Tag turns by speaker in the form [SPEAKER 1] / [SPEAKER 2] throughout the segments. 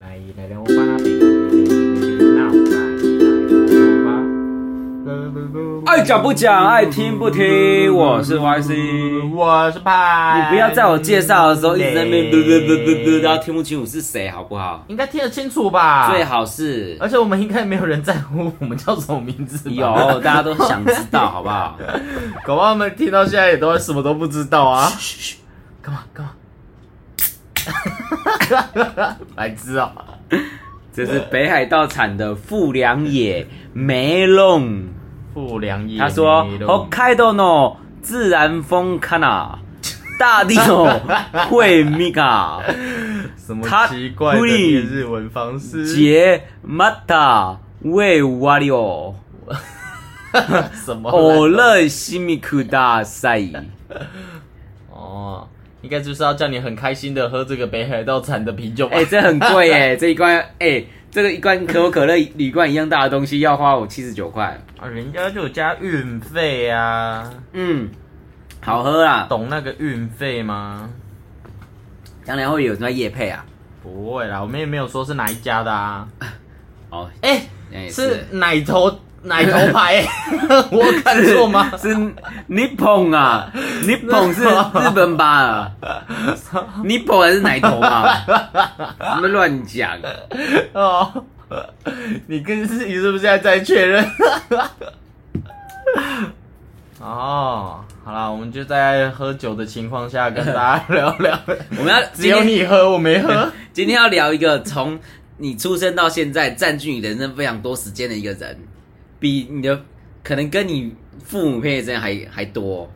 [SPEAKER 1] 来来欧巴那边，来来闹，来来来欧巴。
[SPEAKER 2] 爱讲不讲，爱听不听，我是 YC。你
[SPEAKER 1] 我是派，
[SPEAKER 2] 不要在我介绍的时候一直在那边嘟嘟嘟嘟嘟，然后听不清楚是谁，好不好？
[SPEAKER 1] 应该听得清楚吧？
[SPEAKER 2] 最，好是
[SPEAKER 1] 而且我们应该没有人在乎我们叫什么名字吧。
[SPEAKER 2] 有，大家都想知道，好不好？
[SPEAKER 1] 搞不好他们听到现在也都什么都不知道啊！干嘛干嘛？白痴啊！
[SPEAKER 2] 这是北海道产的富良野梅隆。
[SPEAKER 1] 富良野，
[SPEAKER 2] 他说：“Hokkaido no 自然风 kana，大地哦会 mika
[SPEAKER 1] 什么
[SPEAKER 2] 他
[SPEAKER 1] 奇怪的
[SPEAKER 2] 故意
[SPEAKER 1] 念日文方式？
[SPEAKER 2] 杰 mata 为 wario
[SPEAKER 1] 什么烂？
[SPEAKER 2] 偶乐西米库 大赛。
[SPEAKER 1] 哦，应该就是要叫你很开心的喝这个北海道产的啤酒吧。
[SPEAKER 2] 哎，这很贵耶，这一罐哎、这个一罐可口可乐铝罐一样大的东西要花我七十九块。
[SPEAKER 1] 啊人家就有加运费啊，
[SPEAKER 2] 嗯，好喝啊啦，
[SPEAKER 1] 懂那个运费吗？
[SPEAKER 2] 当然会有人在夜配啊。
[SPEAKER 1] 不会啦，我们也没有说是哪一家的啊。
[SPEAKER 2] 哦，
[SPEAKER 1] 哎、
[SPEAKER 2] 那也
[SPEAKER 1] 是奶头奶头 牌、我有看
[SPEAKER 2] 是
[SPEAKER 1] 错吗？
[SPEAKER 2] 是 Nippon 啊，Nippon 是日本吧、 啊、？Nippon 还是奶头吧？你们乱讲，
[SPEAKER 1] 哦，你跟自己是不是现在在确认？ 哦，好啦，我们就在喝酒的情况下跟大家聊聊。
[SPEAKER 2] 我们要
[SPEAKER 1] 只有
[SPEAKER 2] 今天
[SPEAKER 1] 你喝，我没喝。
[SPEAKER 2] 今天要聊一个从你出生到现在占据你人生非常多时间的一个人，比你的可能跟你父母辈的时间还 还多。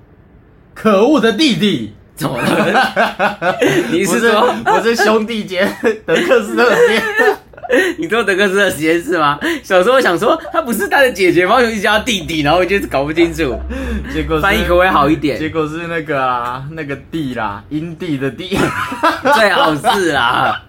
[SPEAKER 1] 可恶的弟弟，
[SPEAKER 2] 怎么了？你
[SPEAKER 1] 不
[SPEAKER 2] 是
[SPEAKER 1] 是
[SPEAKER 2] 说
[SPEAKER 1] 我是兄弟间德克斯特 间？
[SPEAKER 2] 你做德克士的实验室吗？小时候我想说他不是他的姐姐吗？为什么一直叫他弟弟？然后我就是搞不清楚。
[SPEAKER 1] 结果是
[SPEAKER 2] 翻译可不可以好一点
[SPEAKER 1] 结果是那个啊，那个地啦，阴地的地，
[SPEAKER 2] 最好是啦，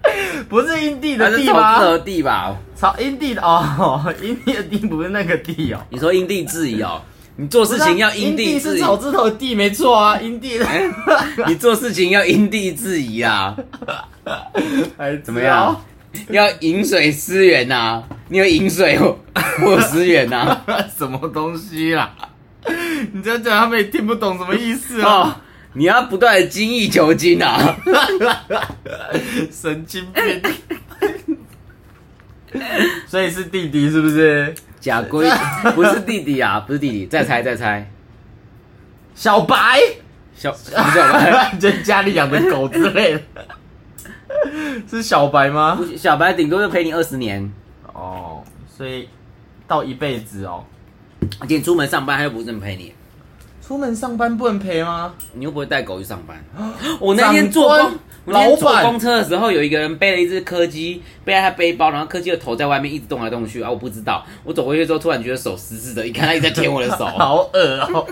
[SPEAKER 1] 不是阴地
[SPEAKER 2] 他
[SPEAKER 1] 的
[SPEAKER 2] 是
[SPEAKER 1] 地
[SPEAKER 2] 投资
[SPEAKER 1] 吗？
[SPEAKER 2] 和地吧？
[SPEAKER 1] 草阴地的哦， 阴地的地不是那个地哦。
[SPEAKER 2] 你说因地制宜哦，你做事情要因地哎制
[SPEAKER 1] 是
[SPEAKER 2] 宜，
[SPEAKER 1] 草字头的地没错啊，阴地的。
[SPEAKER 2] 你做事情要因地制宜啊，
[SPEAKER 1] 哎，
[SPEAKER 2] 怎么样？ 要饮水思源呐、啊，你有饮水我我思源啊呐、
[SPEAKER 1] 知道？ 什么东西啦？你这样讲他们也听不懂什么意思
[SPEAKER 2] 啊，
[SPEAKER 1] 啊！
[SPEAKER 2] 哦，你要不断的精益求精啊。
[SPEAKER 1] 神经病。 所以是弟弟是不是？
[SPEAKER 2] 假龟不是弟弟啊，不是弟弟，再猜再猜，
[SPEAKER 1] 小白，
[SPEAKER 2] 小不是小白，
[SPEAKER 1] 就家里养的狗之类的，是小白吗？
[SPEAKER 2] 小白顶多就陪你二十年，
[SPEAKER 1] 哦，所以到一辈子哦。
[SPEAKER 2] 而且你出门上班他又不是这么陪你。
[SPEAKER 1] 出门上班不能陪吗？
[SPEAKER 2] 你又不会带狗去上班？ 我那天坐
[SPEAKER 1] 长
[SPEAKER 2] 公
[SPEAKER 1] 官，
[SPEAKER 2] 我那天坐
[SPEAKER 1] 老板
[SPEAKER 2] 公车的时候，有一个人背了一只柯基，背在他背包，然后柯基的头在外面一直动来动去啊，我不知道。我走过去之后，突然觉得手湿湿的，一看他一直在舔我的手，
[SPEAKER 1] 好恶哦、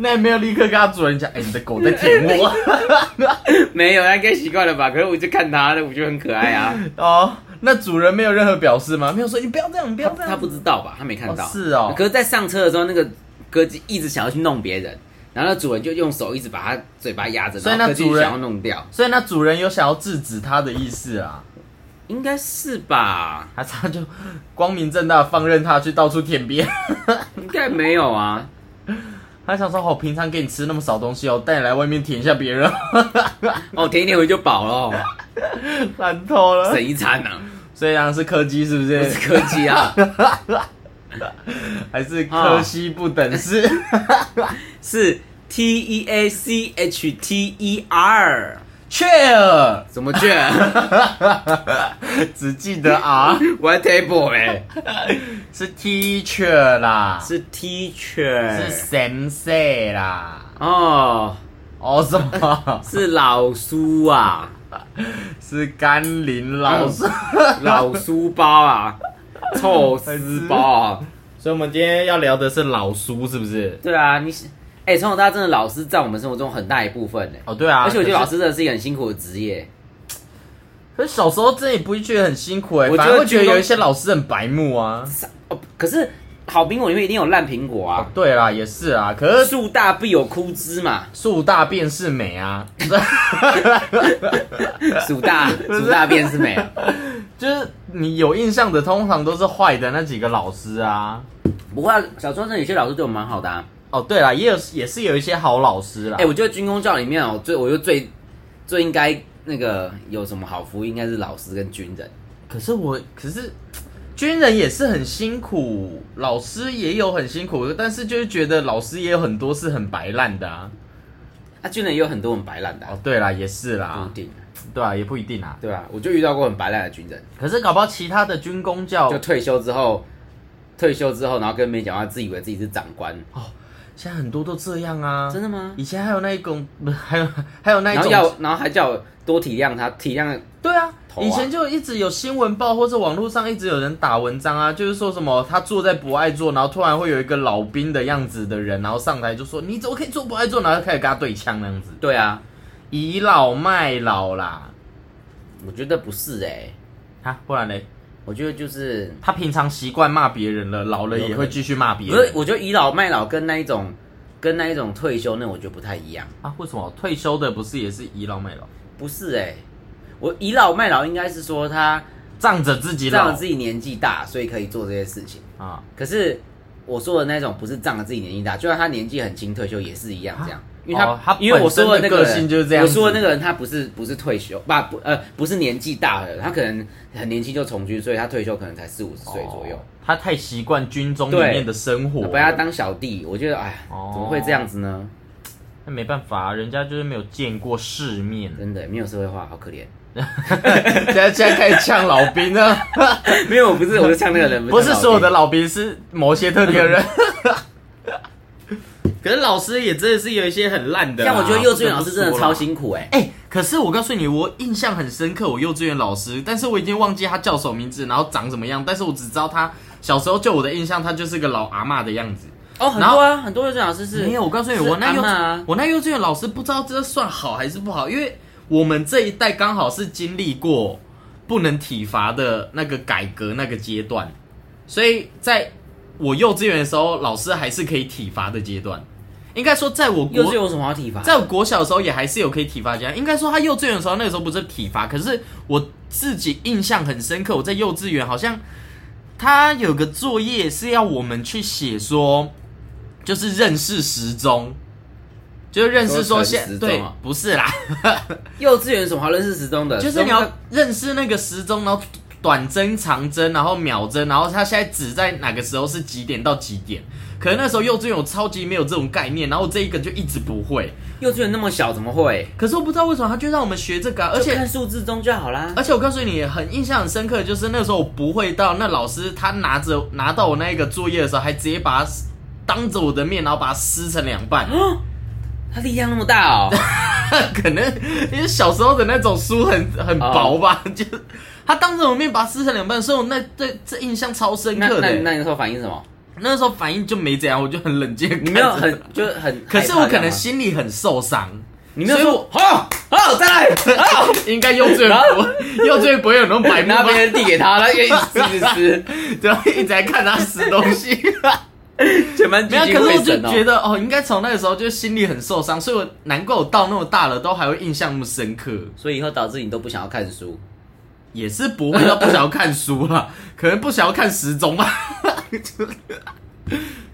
[SPEAKER 1] 那也没有立刻跟他主人讲，哎、你的狗在舔我。
[SPEAKER 2] 没有，他应该习惯了吧？可是我就看他，我觉得很可爱啊。
[SPEAKER 1] 哦，那主人没有任何表示吗？没有说你不要这样，你不
[SPEAKER 2] 他
[SPEAKER 1] 要这样。
[SPEAKER 2] 他不知道吧？他没看到。
[SPEAKER 1] 哦是哦
[SPEAKER 2] 可是，在上车的时候，那个柯基一直想要去弄别人，然后那主人就用手一直把他嘴巴压着，
[SPEAKER 1] 所以
[SPEAKER 2] 然后
[SPEAKER 1] 那
[SPEAKER 2] 柯基
[SPEAKER 1] 主人
[SPEAKER 2] 想要弄掉，
[SPEAKER 1] 所以那主人有想要制止他的意思啊，
[SPEAKER 2] 应该是吧？
[SPEAKER 1] 还是他就光明正大放任他去到处舔别人？
[SPEAKER 2] 应该没有啊。
[SPEAKER 1] 他想说，好、平常给你吃那么少东西哦，带你来外面舔一下别人，
[SPEAKER 2] 哦，舔一舔我就饱了哦。
[SPEAKER 1] 烂透了
[SPEAKER 2] 省。一餐啊，
[SPEAKER 1] 所以啊，是柯基是不
[SPEAKER 2] 不
[SPEAKER 1] 是？
[SPEAKER 2] 是柯基啊，
[SPEAKER 1] 还是柯西不等式？
[SPEAKER 2] 是 T E A C H T E R，
[SPEAKER 1] 雀儿
[SPEAKER 2] 什么 券
[SPEAKER 1] 只记 得 R
[SPEAKER 2] ？One 啊 table 哎、
[SPEAKER 1] 是 teacher 啦，
[SPEAKER 2] 是 teacher，
[SPEAKER 1] 是 sensei 啦。
[SPEAKER 2] 哦，
[SPEAKER 1] 哦什 么？
[SPEAKER 2] 是老苏啊，
[SPEAKER 1] 是甘霖老师。
[SPEAKER 2] 老苏包啊，臭丝包啊，
[SPEAKER 1] 所以，我们今天要聊的是老苏，是不是？
[SPEAKER 2] 对啊，你哎，从、小到大真的老师占我们生活中很大一部分呢、
[SPEAKER 1] 哦，对啊。
[SPEAKER 2] 而且我觉得老
[SPEAKER 1] 可是，
[SPEAKER 2] 师真的是一个很辛苦的职业，
[SPEAKER 1] 可是小时候真的也不会觉得很辛苦哎、
[SPEAKER 2] 我
[SPEAKER 1] 反
[SPEAKER 2] 觉
[SPEAKER 1] 而
[SPEAKER 2] 得
[SPEAKER 1] 会觉得
[SPEAKER 2] 军工
[SPEAKER 1] 有一些老师很白目啊。
[SPEAKER 2] 哦，可是好苹果里面一定有烂苹果
[SPEAKER 1] 哦
[SPEAKER 2] 啊，，
[SPEAKER 1] 对啦，也是啊。可是
[SPEAKER 2] 树大必有枯枝嘛，
[SPEAKER 1] 树大便是美 啊，
[SPEAKER 2] 树大树大便是美啊。
[SPEAKER 1] 就是你有印象的通常都是坏的那几个老师啊。
[SPEAKER 2] 不过小时候真的有些老师对我蛮好的、啊。
[SPEAKER 1] 哦，对了，也有也是有一些好老师啦。
[SPEAKER 2] 哎、我觉得军工教里面哦，最我就最最应该那个有什么好服，应该是老师跟军人。
[SPEAKER 1] 可是我，可是军人也是很辛苦，老师也有很辛苦，但是就是觉得老师也有很多是很白烂的啊。
[SPEAKER 2] 啊，军人也有很多很白烂的、
[SPEAKER 1] 哦
[SPEAKER 2] 啊，，
[SPEAKER 1] 对啦，也是
[SPEAKER 2] 不
[SPEAKER 1] 啦
[SPEAKER 2] 一，定，
[SPEAKER 1] 对啊，也不一定啊。
[SPEAKER 2] 对吧、我就遇到过很白烂的军人，
[SPEAKER 1] 可是搞不好其他的军工教
[SPEAKER 2] 就退休之后，退休之后，然后跟别人讲话，自以为自己是长官，
[SPEAKER 1] 现在很多都这样啊。
[SPEAKER 2] 真的吗？
[SPEAKER 1] 以前还有那一种， 不还有还有那一
[SPEAKER 2] 然后
[SPEAKER 1] 种，
[SPEAKER 2] 要，然后还叫我多体谅他，体谅
[SPEAKER 1] 对啊，
[SPEAKER 2] 头啊
[SPEAKER 1] 以前就一直有新闻报或者网络上一直有人打文章啊，就是说什么他坐在博爱座，然后突然会有一个老兵的样子的人，然后上台就说你怎么可以坐博爱座，然后就开始跟他对枪那样子，
[SPEAKER 2] 对啊，
[SPEAKER 1] 倚老卖老啦，
[SPEAKER 2] 我觉得不是哎、
[SPEAKER 1] 啊，不然嘞，
[SPEAKER 2] 我觉得就是
[SPEAKER 1] 他平常习惯骂别人了，老了
[SPEAKER 2] 有可
[SPEAKER 1] 也
[SPEAKER 2] 能
[SPEAKER 1] 会继续骂别
[SPEAKER 2] 不是
[SPEAKER 1] 人，，
[SPEAKER 2] 我觉得倚老卖老跟那一种跟那一种退休那我觉得不太一样，
[SPEAKER 1] 啊，为什么退休的不是也是倚老卖老，
[SPEAKER 2] 不是哎、我倚老卖老应该是说他
[SPEAKER 1] 仗着自己
[SPEAKER 2] 仗
[SPEAKER 1] 老
[SPEAKER 2] 着自己年纪大，所以可以做这些事情。
[SPEAKER 1] 啊，
[SPEAKER 2] 可是我说的那种不是仗着自己年纪大，就算他年纪很轻退休也是一样这样，因为他,、
[SPEAKER 1] 哦他
[SPEAKER 2] 因为我说那个
[SPEAKER 1] 本身的个性
[SPEAKER 2] 人
[SPEAKER 1] 就是这样
[SPEAKER 2] 我
[SPEAKER 1] 子
[SPEAKER 2] 说的那个人他不是不是退休，不不呃不是年纪大了，他可能啊呃很年轻就从军，所以他退休可能才四五十岁左右
[SPEAKER 1] 哦，他太习惯军中里
[SPEAKER 2] 对
[SPEAKER 1] 面的生活
[SPEAKER 2] 我
[SPEAKER 1] 了，
[SPEAKER 2] 把他当小弟，我觉得哎呀怎
[SPEAKER 1] 哦
[SPEAKER 2] 么会这样子呢？
[SPEAKER 1] 那没办法、人家就是没有见过世面。
[SPEAKER 2] 真的没有社会化，好 可怜。
[SPEAKER 1] 现在现在开始呛老兵 呢，
[SPEAKER 2] 没有，我 不是我是像那个人，
[SPEAKER 1] 不是
[SPEAKER 2] 像老
[SPEAKER 1] 所有的
[SPEAKER 2] 弟
[SPEAKER 1] 老兵，是某些特定的人。 可是老师也真的是有一些很烂的啦，啊
[SPEAKER 2] 像我觉得幼稚园老师真的超
[SPEAKER 1] 心。
[SPEAKER 2] 辛苦哎、
[SPEAKER 1] 哎、可是我告诉你，我印象很深刻，我幼稚园老师，但是我已经忘记他叫什么名字，然后长什么样，但是我只知道他小时候就我的印象，他就是个老阿嬷的样子。
[SPEAKER 2] 哦，很多啊，很多幼稚园老师是
[SPEAKER 1] 没有，我告诉你，
[SPEAKER 2] 是
[SPEAKER 1] 我那幼
[SPEAKER 2] 阿嬷啊
[SPEAKER 1] 我那幼稚园老师不知道这算好还是不好，因为我们这一代刚好是经历过不能体罚的那个改革那个阶段，所以在我幼稚园的时候，老师还是可以体罚的阶段。应该说，在我
[SPEAKER 2] 幼稚
[SPEAKER 1] 国
[SPEAKER 2] 园有什么好体罚？
[SPEAKER 1] 在我国小的时候，也还是有可以体罚的阶段。应该说，他幼稚园的时候，那个时候不是体罚，可是我自己印象很深刻，我在幼稚园好像他有个作业是要我们去写说，就是认识时钟，就是认识说
[SPEAKER 2] 说
[SPEAKER 1] 现
[SPEAKER 2] 时钟
[SPEAKER 1] 对
[SPEAKER 2] 啊，
[SPEAKER 1] 不 是啦，
[SPEAKER 2] 幼稚园有什么好认识时钟的？
[SPEAKER 1] 就是你要
[SPEAKER 2] 时钟
[SPEAKER 1] 认识那个时钟，然后短针、长针，然后秒针，然后它现在指在哪个时候是几点到几点。可能那时候幼稚园我超级没有这种概念，然后这一个就一直不会。
[SPEAKER 2] 幼稚园那么小，怎么会？
[SPEAKER 1] 可是我不知道为什么他就让我们学这个啊、而
[SPEAKER 2] 而且
[SPEAKER 1] 且
[SPEAKER 2] 看数字钟就好啦。
[SPEAKER 1] 而且我告诉你，很印象很深刻，的就是那时候我不会到，那老师他拿着拿到我那一个作业的时候，还直接把它撕当着我的面，然后把它撕成两半。
[SPEAKER 2] 哦它力量那么大 哦，
[SPEAKER 1] 可能因为小时候的那种书很很薄吧，
[SPEAKER 2] 哦
[SPEAKER 1] 就是他当着我面把它撕成两半，所以我那这这印象超深
[SPEAKER 2] 那
[SPEAKER 1] 刻的
[SPEAKER 2] 那
[SPEAKER 1] 欸。
[SPEAKER 2] 那你那时候反应是什么？
[SPEAKER 1] 那时候反应就没怎样，我就很冷静。
[SPEAKER 2] 你 没有，很就是很，
[SPEAKER 1] 可是
[SPEAKER 2] 害怕
[SPEAKER 1] 我可
[SPEAKER 2] 这样吗
[SPEAKER 1] 能心里很受 伤。
[SPEAKER 2] 你没有
[SPEAKER 1] 所以
[SPEAKER 2] 说好好再 来，好，
[SPEAKER 1] 应该幼稚园不 会，幼稚园不会有那种白目
[SPEAKER 2] 拿
[SPEAKER 1] 吧
[SPEAKER 2] 别？人递给他，他愿意 吃吃吃，
[SPEAKER 1] 然后一直在看他撕东西。
[SPEAKER 2] 全班 聚
[SPEAKER 1] 没有，
[SPEAKER 2] 精
[SPEAKER 1] 可
[SPEAKER 2] 会
[SPEAKER 1] 是我就
[SPEAKER 2] 神
[SPEAKER 1] 觉
[SPEAKER 2] 哦。
[SPEAKER 1] 得哦，应该从那个时候就心里很受伤，所以我难怪我到那么大了都还会印象那么深刻，
[SPEAKER 2] 所以以后导致你都不想要看书，
[SPEAKER 1] 也是不会到不想要看书啦， 可能不想要看时钟吧。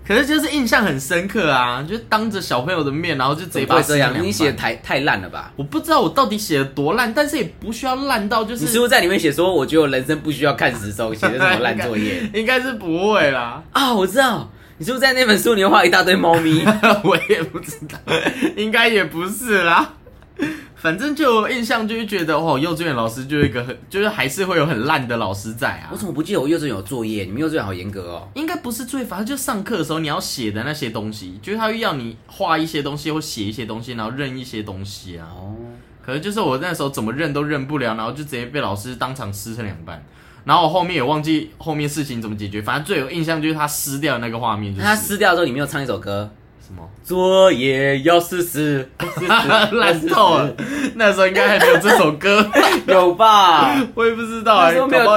[SPEAKER 1] 可是就是印象很深刻啊，就是当着小朋友的面，然后就直接把
[SPEAKER 2] 不
[SPEAKER 1] 它
[SPEAKER 2] 会
[SPEAKER 1] 撕
[SPEAKER 2] 这样？
[SPEAKER 1] 成
[SPEAKER 2] 你写
[SPEAKER 1] 两半
[SPEAKER 2] 的太太烂了吧？
[SPEAKER 1] 我不知道我到底写的多烂，但是也不需要烂到就
[SPEAKER 2] 你是
[SPEAKER 1] 是
[SPEAKER 2] 不是在里面写说，我觉得我人生不需要看时钟，写的什么烂作业？
[SPEAKER 1] 应该是不会啦。
[SPEAKER 2] 啊，我知道，你是不是在那本书里面画一大堆猫 咪？
[SPEAKER 1] 我也不知道，应该也不是啦。反正就我印象就是觉得，哦，幼稚园老师就是一个很，就是还是会有很烂的老师在啊
[SPEAKER 2] 我。怎么不记得我幼稚园有作业？你们幼稚园好严格哦。
[SPEAKER 1] 应该不是最烦，就上课的时候你要写的那些东西，就是他会要你画一些东西或写一些东西，然后认一些东西啊。
[SPEAKER 2] 哦，
[SPEAKER 1] 可是就是我那时候怎么认都认不了，然后就直接被老师当场撕成两半。然后我后面也忘记后面事情怎么解决，反正最有印象就是他撕掉的那个画面，就
[SPEAKER 2] 那
[SPEAKER 1] 是
[SPEAKER 2] 他撕掉之后，你没有唱一首歌？
[SPEAKER 1] 什么。
[SPEAKER 2] 作业要撕撕，
[SPEAKER 1] 烂透了。那时候应该还没有这首歌，
[SPEAKER 2] 有吧？
[SPEAKER 1] 我也不知道哎、
[SPEAKER 2] 那时
[SPEAKER 1] 搞
[SPEAKER 2] 候
[SPEAKER 1] 不
[SPEAKER 2] 没有
[SPEAKER 1] 好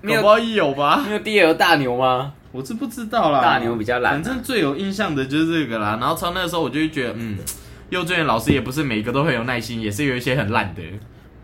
[SPEAKER 2] 没有
[SPEAKER 1] 搞不好有吧？
[SPEAKER 2] 没有爹有大牛吗？
[SPEAKER 1] 我是不知道啦。
[SPEAKER 2] 大牛比较懒啊
[SPEAKER 1] 反正最有印象的就是这个啦。然后从那时候我就觉得，嗯，幼稚园老师也不是每一个都很有耐心，也是有一些很烂的。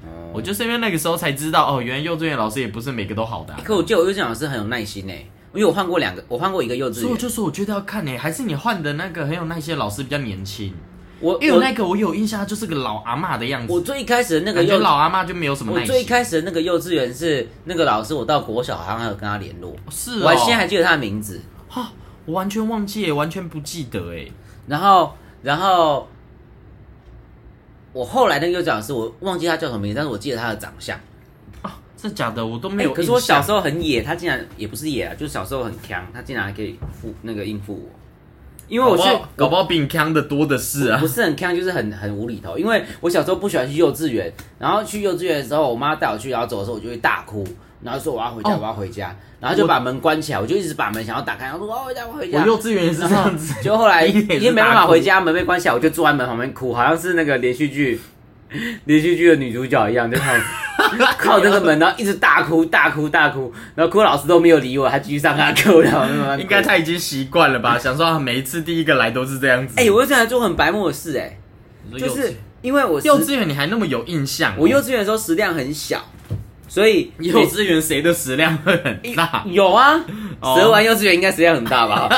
[SPEAKER 2] 哦
[SPEAKER 1] 我就是因为那个时候才知道，哦，原来幼稚园老师也不是每个都好的啊、
[SPEAKER 2] 可我觉得我幼稚园老师很有耐心呢、欸因为我换过两个，我换过一个幼稚
[SPEAKER 1] 所以我
[SPEAKER 2] 园，
[SPEAKER 1] 就说，我觉得要看呢、还是你换的那个很有那些老师比较年轻，
[SPEAKER 2] 我
[SPEAKER 1] 因为我
[SPEAKER 2] 我
[SPEAKER 1] 那个我有印象，他就是个老阿嬷的样
[SPEAKER 2] 我
[SPEAKER 1] 子，
[SPEAKER 2] 最一开始的那个
[SPEAKER 1] 感觉
[SPEAKER 2] 幼，
[SPEAKER 1] 老阿嬷就没有什么
[SPEAKER 2] 我
[SPEAKER 1] 耐
[SPEAKER 2] 最一
[SPEAKER 1] 心。
[SPEAKER 2] 开始的那个幼稚园是那个老师，我到国小好像还有跟他联络，
[SPEAKER 1] 是
[SPEAKER 2] 我
[SPEAKER 1] 哦
[SPEAKER 2] 还，现在还记得他的名字。
[SPEAKER 1] 啊，我完全忘记，完全不记得哎。
[SPEAKER 2] 然后，然后我后来那个幼稚园老师，我忘记他叫什么名字，但是我记得他的长相。
[SPEAKER 1] 啊，真的假的？我都没
[SPEAKER 2] 哎、
[SPEAKER 1] 有、
[SPEAKER 2] 可是我小时，候很野，他竟然也不是野啊，就是小时候很强，他竟然还可以付那个应付我，因为我去
[SPEAKER 1] 搞不好搞不好比你强的多的是啊
[SPEAKER 2] 不。是很看，就是很很无厘头。因为我小时候不喜欢去幼稚园，然后去幼稚园的时候，我妈带我去，然后走的时候我就会大哭，然后说我要回家，
[SPEAKER 1] 哦
[SPEAKER 2] 我要回家，然后就把门关起来，我就一直把门想要打开，然后说哦我要回家，
[SPEAKER 1] 我
[SPEAKER 2] 我要回家。
[SPEAKER 1] 幼稚园也是这样子，
[SPEAKER 2] 就 后来
[SPEAKER 1] 一脸是
[SPEAKER 2] 因为没办
[SPEAKER 1] 大
[SPEAKER 2] 法
[SPEAKER 1] 哭
[SPEAKER 2] 回家，门被关起来，我就坐在门旁边哭，好像是那个连续剧连续剧的女主角一样，就靠 靠那个门，然后一直大哭大哭大哭，然后哭到老师都没有理我，还继续上他的课，然后慢慢 哭
[SPEAKER 1] 应该他已经习惯了吧？想说啊每一次第一个来都是这样子。
[SPEAKER 2] 哎、我又这样做很白目的事哎、
[SPEAKER 1] 你说幼
[SPEAKER 2] 就
[SPEAKER 1] 稚
[SPEAKER 2] 是因为我
[SPEAKER 1] 幼
[SPEAKER 2] 食
[SPEAKER 1] 稚园你还那么有印象哦、
[SPEAKER 2] 我幼稚园的时候食量很小，所以
[SPEAKER 1] 幼稚园谁的食量会很 大？
[SPEAKER 2] 有啊，
[SPEAKER 1] 哦
[SPEAKER 2] 蛇丸幼稚园应该食量很 大吧？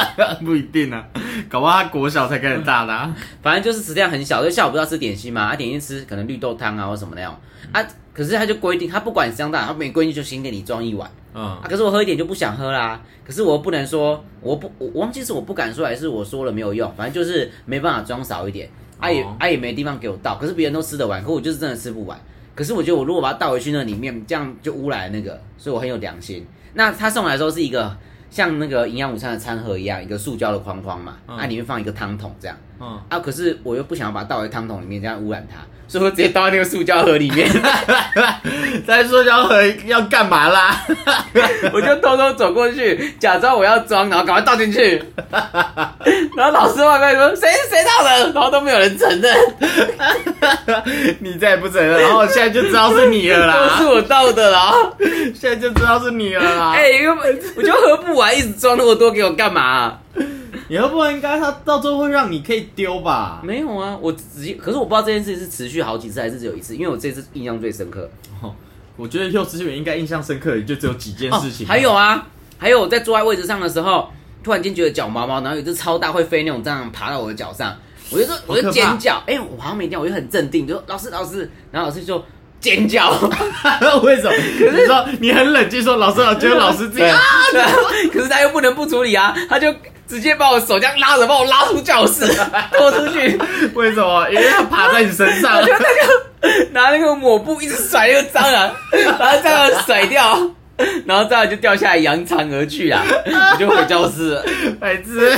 [SPEAKER 1] 不一定啊，搞不好他国小才开始大啊啦、
[SPEAKER 2] 反正就是食量很小，就下午不知道吃点心嘛，啊点心吃可能绿豆汤啊或什么那种啊，可是他就规定他不管你食量大，他每规定就先给你装一碗啊，
[SPEAKER 1] 嗯，
[SPEAKER 2] 可是我喝一点就不想喝啦，可是我又不能说我不我我忘记是我不敢说还是我说了没有用，反正就是没办法装少一点，啊也、
[SPEAKER 1] 哦
[SPEAKER 2] 啊也没地方给我倒，可是别人都吃得完，可我就是真的吃不完。可是我觉得我如果把它倒回去那里面，这样就污染了那个，所以我很有良心。那他送来的时候是一个像那个营养午餐的餐盒一样，一个塑胶的框框嘛，
[SPEAKER 1] 嗯
[SPEAKER 2] 啊里面放一个汤桶这样。
[SPEAKER 1] 嗯，
[SPEAKER 2] 啊，可是我又不想要把它倒回汤桶里面，这样污染它，所以我直接倒到那个塑胶盒里面，
[SPEAKER 1] 在说要和要干嘛啦？
[SPEAKER 2] 我就偷偷走过去，假装我要装，然后赶快倒进去，然后老师外面说谁谁倒的，然后都没有人承认，
[SPEAKER 1] 你再也不承认，然后现在就知道是你了
[SPEAKER 2] 都是
[SPEAKER 1] 啦，
[SPEAKER 2] 我倒的啦。
[SPEAKER 1] 现在就知道是你了啦。
[SPEAKER 2] 哎、因为我就喝不啊完，一直装那么多给我干嘛啊、
[SPEAKER 1] 以后不然应该他到最后会让你可以丢吧？
[SPEAKER 2] 没有啊，我直接，可是我不知道这件事情是持续好几次还是只有一次，因为我这次印象最深刻。
[SPEAKER 1] 哦 我觉得幼稚园应该印象深刻的就只有几件事情、
[SPEAKER 2] 哦。还有啊，还有我在坐在位置上的时候，突然间觉得脚毛毛，然后有一只超大会飞那种这样爬到我的脚上，我就说我就
[SPEAKER 1] 可怕
[SPEAKER 2] 尖叫，哎、我好像没掉，我就很镇定，就说老师老师，然后老师就 尖叫，
[SPEAKER 1] 为什么？可是说你很冷静，说老师，我觉得老师自己
[SPEAKER 2] 对
[SPEAKER 1] 啊，
[SPEAKER 2] 对啊 可是他又不能不处理啊，他就直接把我手这样拉着，把我拉出教 室，拖出去，
[SPEAKER 1] 为什么？因为他爬在你身上
[SPEAKER 2] 他。就他就拿那个抹布一直甩那个蟑螂， 把它蟑螂甩掉。然后蟑螂就掉下来，扬长而去啊！我就回教室了。
[SPEAKER 1] 孩子，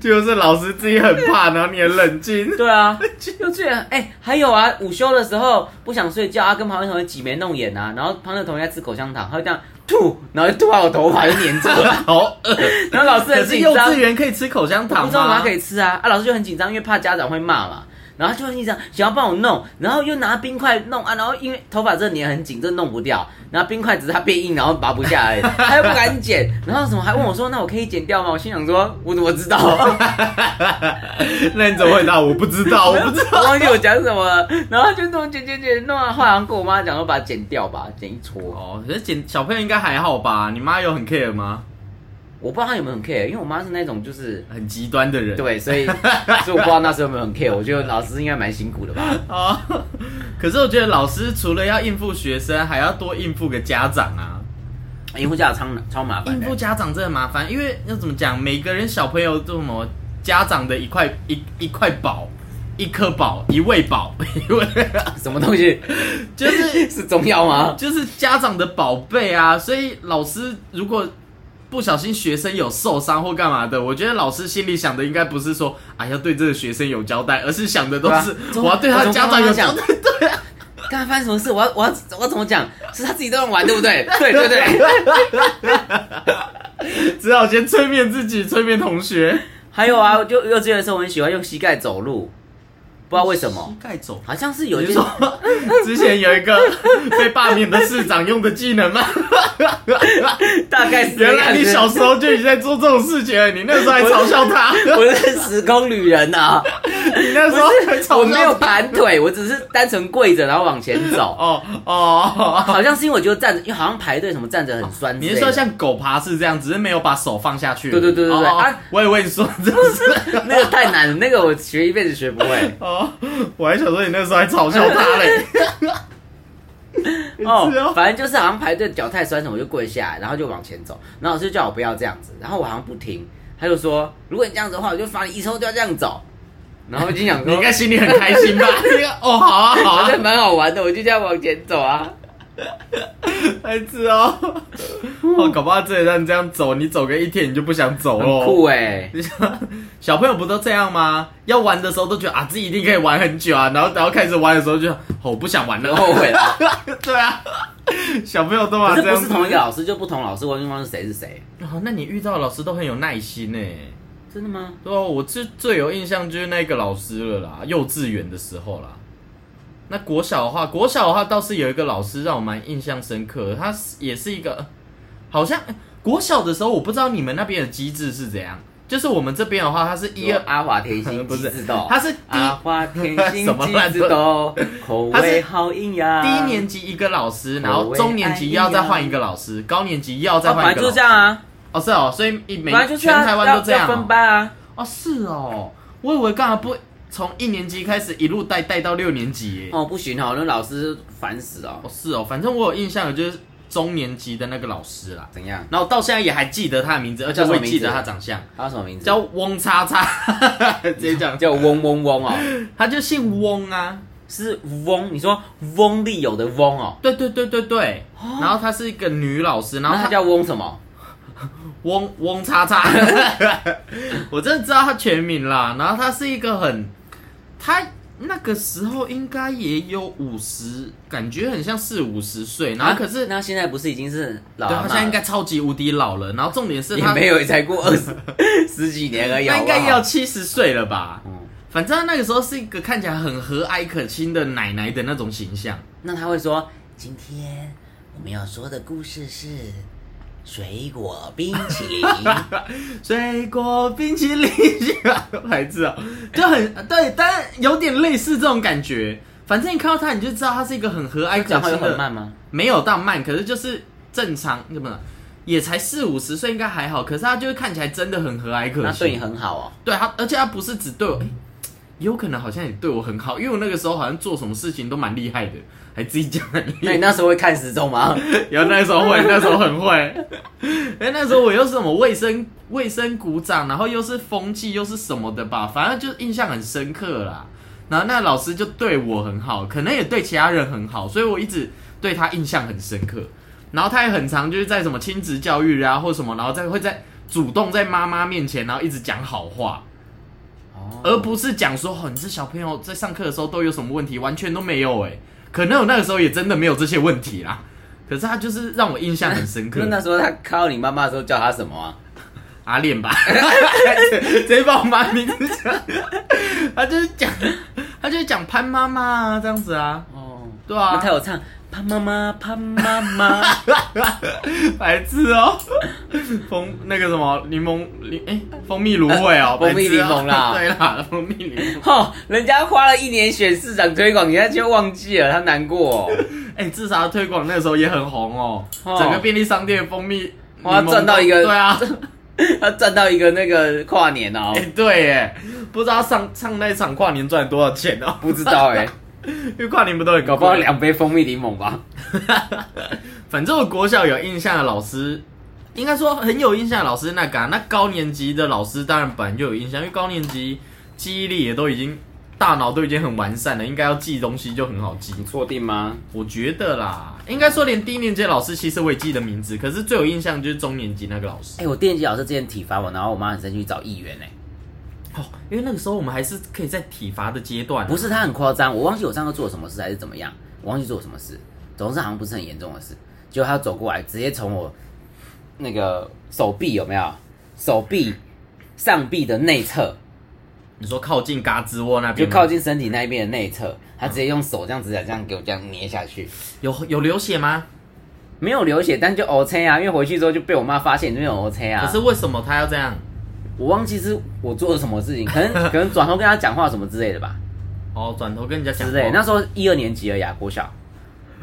[SPEAKER 1] 就是老师自己很怕，然后你很冷 静。
[SPEAKER 2] 对 啊，幼稚园哎，还有啊，午休的时候不想睡觉啊，跟旁边同学挤眉弄眼啊，然后旁边的同学在吃口香糖，他会这样吐，然后就吐到我头发就粘 住了，
[SPEAKER 1] 好饿。
[SPEAKER 2] 然后老师
[SPEAKER 1] 可
[SPEAKER 2] 很
[SPEAKER 1] 是
[SPEAKER 2] 紧
[SPEAKER 1] 幼
[SPEAKER 2] 张
[SPEAKER 1] 稚，园可以吃口香
[SPEAKER 2] 不
[SPEAKER 1] 糖
[SPEAKER 2] 知道
[SPEAKER 1] 吗
[SPEAKER 2] 哪？可以吃啊，啊老师就很紧张，因为怕家长会骂嘛。然后他就很紧张，想要帮我弄，然后又拿冰块弄啊，然后因为头发这粘很紧，这弄不掉，然后冰块只是它变硬，然后拔不下来，他又不敢剪，然后什么还问我说，那我可以剪掉吗？我心想说，我怎么知道？
[SPEAKER 1] 那你怎么 回答？我不知道，我不知道。
[SPEAKER 2] 我忘记我讲什么了，然后就弄剪剪剪，弄完后来好像跟我妈讲说把它剪掉吧，剪一撮。
[SPEAKER 1] 哦，可是剪小朋友应该还好吧？你妈有很 care 吗？
[SPEAKER 2] 我不知道她有没有很 care，因为我妈是那种就是
[SPEAKER 1] 很极端的人。
[SPEAKER 2] 对，所以 所以我不知道那时候有没有很 care。我觉得老师应该蛮辛苦的吧。
[SPEAKER 1] 哦， 可是我觉得老师除了要应付学生，还要多应付个家长啊。
[SPEAKER 2] 应付家长超超麻烦
[SPEAKER 1] 应
[SPEAKER 2] 的
[SPEAKER 1] 付，家长真的麻烦，因为要怎么讲，每个人小朋友都什么家长的一块一一块宝，一颗宝，一位 宝，一位
[SPEAKER 2] 什么东西
[SPEAKER 1] 就是
[SPEAKER 2] 是中药吗？
[SPEAKER 1] 就是家长的宝贝啊。所以老师如果不小心学生有受伤或干嘛的，我觉得老师心里想的应该不是说啊要对这个学生有交代，而是想的都是、
[SPEAKER 2] 对
[SPEAKER 1] 我
[SPEAKER 2] 啊
[SPEAKER 1] 要对他的家长有交
[SPEAKER 2] 我
[SPEAKER 1] 代。
[SPEAKER 2] 刚才发生什么事？我要我要我要怎么讲？是他自己在乱玩，对 不对？对对对。
[SPEAKER 1] 只好先催眠自己，催眠同学。
[SPEAKER 2] 还有啊，就幼稚园的时候，我很喜欢用膝盖走路，不知道为什么
[SPEAKER 1] 膝，盖走。
[SPEAKER 2] 好像是
[SPEAKER 1] 有
[SPEAKER 2] 有一
[SPEAKER 1] 就
[SPEAKER 2] 些
[SPEAKER 1] 说之前有一个被罢免的市长用的技能吗？
[SPEAKER 2] 大概是这
[SPEAKER 1] 原
[SPEAKER 2] 样
[SPEAKER 1] 来你
[SPEAKER 2] 子
[SPEAKER 1] 小时候就已经在做这种事情了，你那时候还嘲笑他。
[SPEAKER 2] 我是时空旅人呐、啊
[SPEAKER 1] 你那时候很吵
[SPEAKER 2] 我没有盘腿，我只是单纯跪着，然后往前 走。
[SPEAKER 1] 哦哦，
[SPEAKER 2] 好像是因为我觉得站着，因为好像排队什么站着很酸之
[SPEAKER 1] 你
[SPEAKER 2] 类的。
[SPEAKER 1] 是说像狗爬式这样，只是没有把手放下去而已？
[SPEAKER 2] 对对对对对
[SPEAKER 1] 哦哦
[SPEAKER 2] 啊
[SPEAKER 1] 我以为你说这是
[SPEAKER 2] 那个太难了，那个我学一辈子学不 会。
[SPEAKER 1] 哦，我还想说你那时候还嘲笑他嘞。是
[SPEAKER 2] 哦
[SPEAKER 1] 哦，
[SPEAKER 2] 反正就是好像排队脚太酸什么，我就跪下来，然后就往前走。然后老师叫我不要这样子，然后我好像不听，他就说如果你这样子的话，我就罚你一周就要这样走。然后我就想
[SPEAKER 1] 你应
[SPEAKER 2] 说，
[SPEAKER 1] 该心里很开心吧？你应该哦，好啊，好
[SPEAKER 2] 好
[SPEAKER 1] 啊
[SPEAKER 2] 像，蛮好玩的，我就这样往前走啊。
[SPEAKER 1] 孩子哦，哦，搞不好这也让你这样走，你走个一天你就不想走
[SPEAKER 2] 很
[SPEAKER 1] 了。
[SPEAKER 2] 酷 哎、
[SPEAKER 1] 你想小朋友不都这样吗？要玩的时候都觉得啊，自己一定可以玩很久啊，然后然后开始玩的时候就，哦，我不想玩了，
[SPEAKER 2] 后悔了。
[SPEAKER 1] 对啊，小朋友都嘛
[SPEAKER 2] 哦可是
[SPEAKER 1] 这样
[SPEAKER 2] 不
[SPEAKER 1] 子
[SPEAKER 2] 是同一个老师就不同老师，我已经忘记谁是谁。
[SPEAKER 1] 哦，那你遇到的老师都很有耐心呢。
[SPEAKER 2] 真的吗？
[SPEAKER 1] 对啊，我最最有印象就是那个老师了啦，幼稚园的时候啦。那国小的话，国小的话倒是有一个老师让我蛮印象深刻的，他是也是一个，好像国小的时候，我不知道你们那边的机制是怎样，就是我们这边的话，他是一
[SPEAKER 2] 有
[SPEAKER 1] 二，
[SPEAKER 2] 阿华田心
[SPEAKER 1] 不是
[SPEAKER 2] 鸡子豆，
[SPEAKER 1] 他是第一
[SPEAKER 2] 阿华田心
[SPEAKER 1] 什么
[SPEAKER 2] 鸡
[SPEAKER 1] 烂
[SPEAKER 2] 子豆，口
[SPEAKER 1] 他是
[SPEAKER 2] 味好硬呀。
[SPEAKER 1] 第一年级一个老师，然
[SPEAKER 2] 口
[SPEAKER 1] 后
[SPEAKER 2] 味
[SPEAKER 1] 中年级又要再换一个老师，高年级又要再换一
[SPEAKER 2] 哦本来
[SPEAKER 1] 个
[SPEAKER 2] 就
[SPEAKER 1] 老
[SPEAKER 2] 是
[SPEAKER 1] 师。
[SPEAKER 2] 这样啊，
[SPEAKER 1] 哦，是哦，所以一每
[SPEAKER 2] 本来就是
[SPEAKER 1] 全
[SPEAKER 2] 啊
[SPEAKER 1] 台湾
[SPEAKER 2] 要
[SPEAKER 1] 都这样
[SPEAKER 2] 要
[SPEAKER 1] 哦、
[SPEAKER 2] 分班啊。
[SPEAKER 1] 哦，是哦，我以为干嘛不从一年级开始一路带带到六年级耶？哦
[SPEAKER 2] 哦，不行哦，那老师烦死哦。
[SPEAKER 1] 是哦，反正我有印象的就是中年级的那个老师啦，
[SPEAKER 2] 怎样？
[SPEAKER 1] 然后到现在也还记得他的名字，而且
[SPEAKER 2] 叫什
[SPEAKER 1] 我
[SPEAKER 2] 么
[SPEAKER 1] 也
[SPEAKER 2] 名字
[SPEAKER 1] 记得他长相，
[SPEAKER 2] 他什么名字？
[SPEAKER 1] 叫翁叉 叉，直接讲，
[SPEAKER 2] 叫嗡嗡嗡哦，
[SPEAKER 1] 他就姓翁啊。
[SPEAKER 2] 是嗡。你说翁丽友的翁哦，
[SPEAKER 1] 对对对对对，然后她是一个女老师，然
[SPEAKER 2] 然
[SPEAKER 1] 后
[SPEAKER 2] 后
[SPEAKER 1] 她
[SPEAKER 2] 他叫翁什么？
[SPEAKER 1] 翁翁叉 叉，我真的知道他全名啦。然后他是一个很，他那个时候应该也有五十，感觉很像四五十岁。然后可是，
[SPEAKER 2] 啊那现在不是已经是老
[SPEAKER 1] 对
[SPEAKER 2] 阿
[SPEAKER 1] 他
[SPEAKER 2] 嬷
[SPEAKER 1] 现在应该
[SPEAKER 2] 了
[SPEAKER 1] 超级无敌老了。然后重点是
[SPEAKER 2] 也
[SPEAKER 1] 他
[SPEAKER 2] 没有才过二十十几年而已，
[SPEAKER 1] 他
[SPEAKER 2] 好
[SPEAKER 1] 应
[SPEAKER 2] 不好
[SPEAKER 1] 该要七十岁了吧？
[SPEAKER 2] 嗯
[SPEAKER 1] 反正他那个时候是一个看起来很和蔼可亲的奶奶的那种形象。
[SPEAKER 2] 那他会说：“今天我们要说的故事是水果冰淇 淋。
[SPEAKER 1] 水果冰淇淋孩子啊，就很对，但有点类似这种感觉。反正你看到他，你就知道他是一个很和蔼”可
[SPEAKER 2] 讲话
[SPEAKER 1] 亲
[SPEAKER 2] 有很
[SPEAKER 1] 的，
[SPEAKER 2] 慢吗？
[SPEAKER 1] 没有到慢，可是就是正常，怎么了也才四五十岁，应该还好。可是他就是看起来真的很和蔼可
[SPEAKER 2] 那
[SPEAKER 1] 亲，
[SPEAKER 2] 对你很好哦。
[SPEAKER 1] 对他，而且他不是只对我，诶有可能好像也对我很好，因为我那个时候好像做什么事情都蛮厉害的，还自己讲很厉
[SPEAKER 2] 那
[SPEAKER 1] 害
[SPEAKER 2] 你。那时候会看时钟吗？
[SPEAKER 1] 然后那时候会，那时候很会。哎，那时候我又是什么卫生卫生鼓掌，然后又是风纪又是什么的吧，反正就印象很深刻啦。然后那老师就对我很好，可能也对其他人很好，所以我一直对他印象很深刻。然后他也很常就是在什么亲子教育啊或什么，然后再会在主动在妈妈面前，然后一直讲好话，
[SPEAKER 2] 哦
[SPEAKER 1] 而不是讲说哦你这小朋友在上课的时候都有什么问题，完全都没有哎、可能我那个时候也真的没有这些问题啦。可是他就是让我印象很深刻
[SPEAKER 2] 那。那时候他看到你妈妈的时候叫他什么啊？
[SPEAKER 1] 阿练吧，直接把我妈名字讲，他就是讲，他就是讲潘妈妈啊这样子啊，
[SPEAKER 2] 哦，
[SPEAKER 1] 对
[SPEAKER 2] 那
[SPEAKER 1] 啊
[SPEAKER 2] 他，有唱潘妈妈潘妈妈，
[SPEAKER 1] 白痴哦，蜂那个什么柠檬柠哎、蜂蜜芦荟哦，
[SPEAKER 2] 蜂蜜
[SPEAKER 1] 白痴哦
[SPEAKER 2] 柠檬啦
[SPEAKER 1] 对啦，蜂蜜柠檬，
[SPEAKER 2] 哦，人家花了一年选市长推广，人家就忘记了，他难 过、哦。
[SPEAKER 1] 哎、至少推广那时候也很红哦，
[SPEAKER 2] 哦
[SPEAKER 1] 整个便利商店的蜂蜜。
[SPEAKER 2] 哇赚到一个
[SPEAKER 1] 对 啊，
[SPEAKER 2] 他赚到一个那个跨年哦
[SPEAKER 1] 哎、，对耶，不知道上上那一场跨年赚了多少钱哦，
[SPEAKER 2] 不知道 哎、
[SPEAKER 1] 因为跨年不都很高，
[SPEAKER 2] 搞不好两杯蜂蜜柠檬吧。
[SPEAKER 1] 反正我国小有印象的老师，应该说很有印象的老师那个啊、那高年级的老师当然本来就有印象，因为高年级记忆力也都已经，大脑都已经很完善了，应该要记东西就很好记
[SPEAKER 2] 你。错定吗？
[SPEAKER 1] 我觉得啦，应该说连低年级的老师其实我也记得名字，可是最有印象就是中年级那个老师
[SPEAKER 2] 哎、。我电机老师之前体罚我，然后我妈很生气去找议员哎、
[SPEAKER 1] 哦，因为那个时候我们还是可以在体罚的阶段啊、
[SPEAKER 2] 不是他很夸张，我忘记我上课做了什么事还是怎么样，我忘记做了什么事，总之好像不是很严重的事。结果他走过来，直接从我那个手臂有没有手臂上臂的内侧，
[SPEAKER 1] 你说靠近嘎吱窝那
[SPEAKER 2] 就
[SPEAKER 1] 边吗，
[SPEAKER 2] 靠近身体那一边的内侧，他直接用手这样子这样给我这样捏下去，
[SPEAKER 1] 有有流血吗？
[SPEAKER 2] 没有流血，但就 O C 啊，因为回去之后就被我妈发现这边有 O C 啊。
[SPEAKER 1] 可是为什么他要这样？
[SPEAKER 2] 我忘记是我做了什么事情，可能可能转头跟他讲话什么之类的吧，
[SPEAKER 1] 哦，转头跟人家讲
[SPEAKER 2] 之
[SPEAKER 1] 话
[SPEAKER 2] 类的。那时候一二年级而已啊，国小。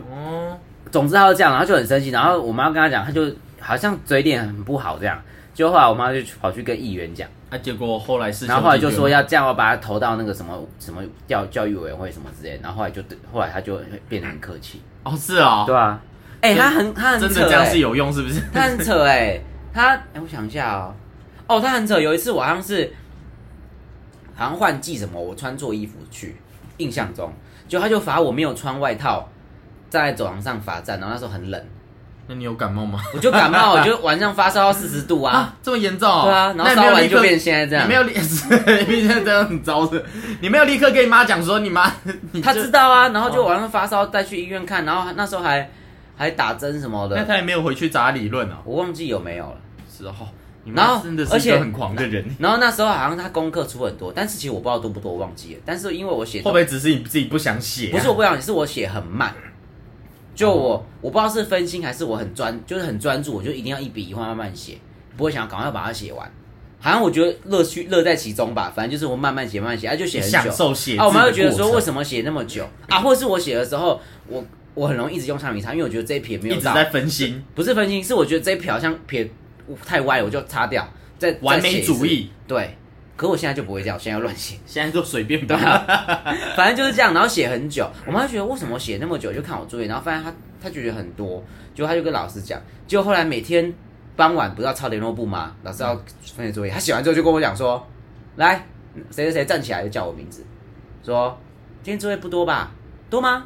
[SPEAKER 1] 哦，
[SPEAKER 2] 总之他就这样，然后就很生气，然后我妈跟他讲，他就好像嘴脸很不好这样。结果后来我妈就去跑去跟议员讲，
[SPEAKER 1] 啊，结果后来是，
[SPEAKER 2] 然后后来就说要这样，要把他投到那个什么什么教教育委员会什么之类的。然后后来就后来他就变得很客气，
[SPEAKER 1] 哦，是哦，
[SPEAKER 2] 对啊，哎、
[SPEAKER 1] 所以
[SPEAKER 2] 他很他很
[SPEAKER 1] 真
[SPEAKER 2] 扯、
[SPEAKER 1] 的这样是
[SPEAKER 2] 欸，
[SPEAKER 1] 有用是不是？
[SPEAKER 2] 他很扯哎、他哎、我想一下哦，哦他很扯，有一次我好像是好像换季什么，我穿错衣服去，印象中，就他就罚我没有穿外套，站在走廊上罚站，然后那时候很冷。
[SPEAKER 1] 那你有感冒吗？
[SPEAKER 2] 我就感冒，我就晚上发烧到四十度啊。
[SPEAKER 1] 啊，这么严重哦？
[SPEAKER 2] 对啊，然
[SPEAKER 1] 那
[SPEAKER 2] 后
[SPEAKER 1] 你
[SPEAKER 2] 烧
[SPEAKER 1] 没有
[SPEAKER 2] 完
[SPEAKER 1] 立刻
[SPEAKER 2] 就变现在这样
[SPEAKER 1] 你没。有立， 毕竟这样很糟的。你没有立刻跟你妈讲说你妈，你
[SPEAKER 2] 他
[SPEAKER 1] 就
[SPEAKER 2] 知，道啊，然后
[SPEAKER 1] 哦
[SPEAKER 2] 就晚上发烧带去医院看，然后那时候还还打针什么
[SPEAKER 1] 那
[SPEAKER 2] 的，
[SPEAKER 1] 他也没有回去找他理论哦。
[SPEAKER 2] 我忘记有没有了。
[SPEAKER 1] 是哦，你
[SPEAKER 2] 然
[SPEAKER 1] 妈
[SPEAKER 2] 后
[SPEAKER 1] 真的
[SPEAKER 2] 而
[SPEAKER 1] 是一
[SPEAKER 2] 且
[SPEAKER 1] 个很狂的 人，
[SPEAKER 2] 然后那时候好像他功课出很多，但是其实我不知道多不多，我忘记了。但是因为我写
[SPEAKER 1] 会不会只是你自己不想写啊？
[SPEAKER 2] 不是我不想，是我写很慢。就
[SPEAKER 1] 哦
[SPEAKER 2] 我我不知道是分心还是我很专，就是很专注，我就一定要一笔一画慢慢写，不会想要赶快把它写完。好像我觉得乐趣乐在其中吧，反正就是我慢慢写慢慢写，啊就写
[SPEAKER 1] 你
[SPEAKER 2] 很
[SPEAKER 1] 享
[SPEAKER 2] 久。
[SPEAKER 1] 受写字的
[SPEAKER 2] 啊，
[SPEAKER 1] 过程，
[SPEAKER 2] 我妈会觉得说为什么写那么久啊，或是我写的时候，我我很容易一直用橡皮擦，因为我觉得这一撇没
[SPEAKER 1] 一
[SPEAKER 2] 有
[SPEAKER 1] 直
[SPEAKER 2] 到，
[SPEAKER 1] 在分心，
[SPEAKER 2] 不是分心，是我觉得这一撇好像撇太歪了，我就擦掉，再
[SPEAKER 1] 完美主。
[SPEAKER 2] 再写一次
[SPEAKER 1] 义，
[SPEAKER 2] 对，可我现在就不会这样，我现在要乱写，
[SPEAKER 1] 现在都随便
[SPEAKER 2] 对
[SPEAKER 1] 吧。
[SPEAKER 2] 啊，反正就是这样，然后写很久，我妈就觉得为什么写那么久，就看我作业，然后发现她她觉得很多，结果她就跟老师讲，结果后来每天傍晚不是要抄联络簿吗？老师要分配作业，她写完之后就跟我讲说，来谁谁谁站起来就叫我名字，说今天作业不多吧？多吗？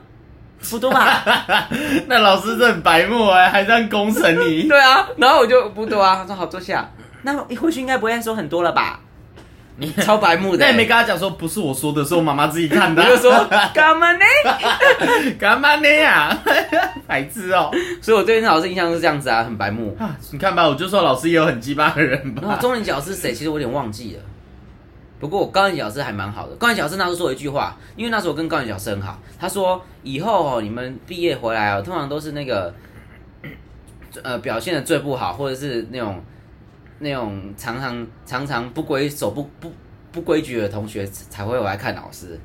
[SPEAKER 2] 不多吧？
[SPEAKER 1] 那老师这很白目哎，还这样攻审 你，
[SPEAKER 2] 对啊，然后我就不多啊，她说好坐下，那或许应该不会说很多了吧？你超白目的、
[SPEAKER 1] 那也
[SPEAKER 2] 欸
[SPEAKER 1] 没跟他讲说不是我说的，是我妈妈自己看的
[SPEAKER 2] 我
[SPEAKER 1] 啊。
[SPEAKER 2] 就说 干嘛呢？
[SPEAKER 1] 干嘛那样， 白痴哦、
[SPEAKER 2] 所以我对那老师印象是这样子啊，很白目。
[SPEAKER 1] 啊！你看吧，我就说老师也有很鸡巴的人
[SPEAKER 2] 然 后
[SPEAKER 1] 吧。
[SPEAKER 2] 中年级老师是谁？其实我有点忘记了。不过我高年级老师还蛮好的。高年级老师那时候说一句话，因为那时候我跟高年级老师很好，他说以后哦，你们毕业回来哦，通常都是那个， 呃，表现的最不好，或者是那种那种常常常常不规守不不不规矩的同学才会回来看老师。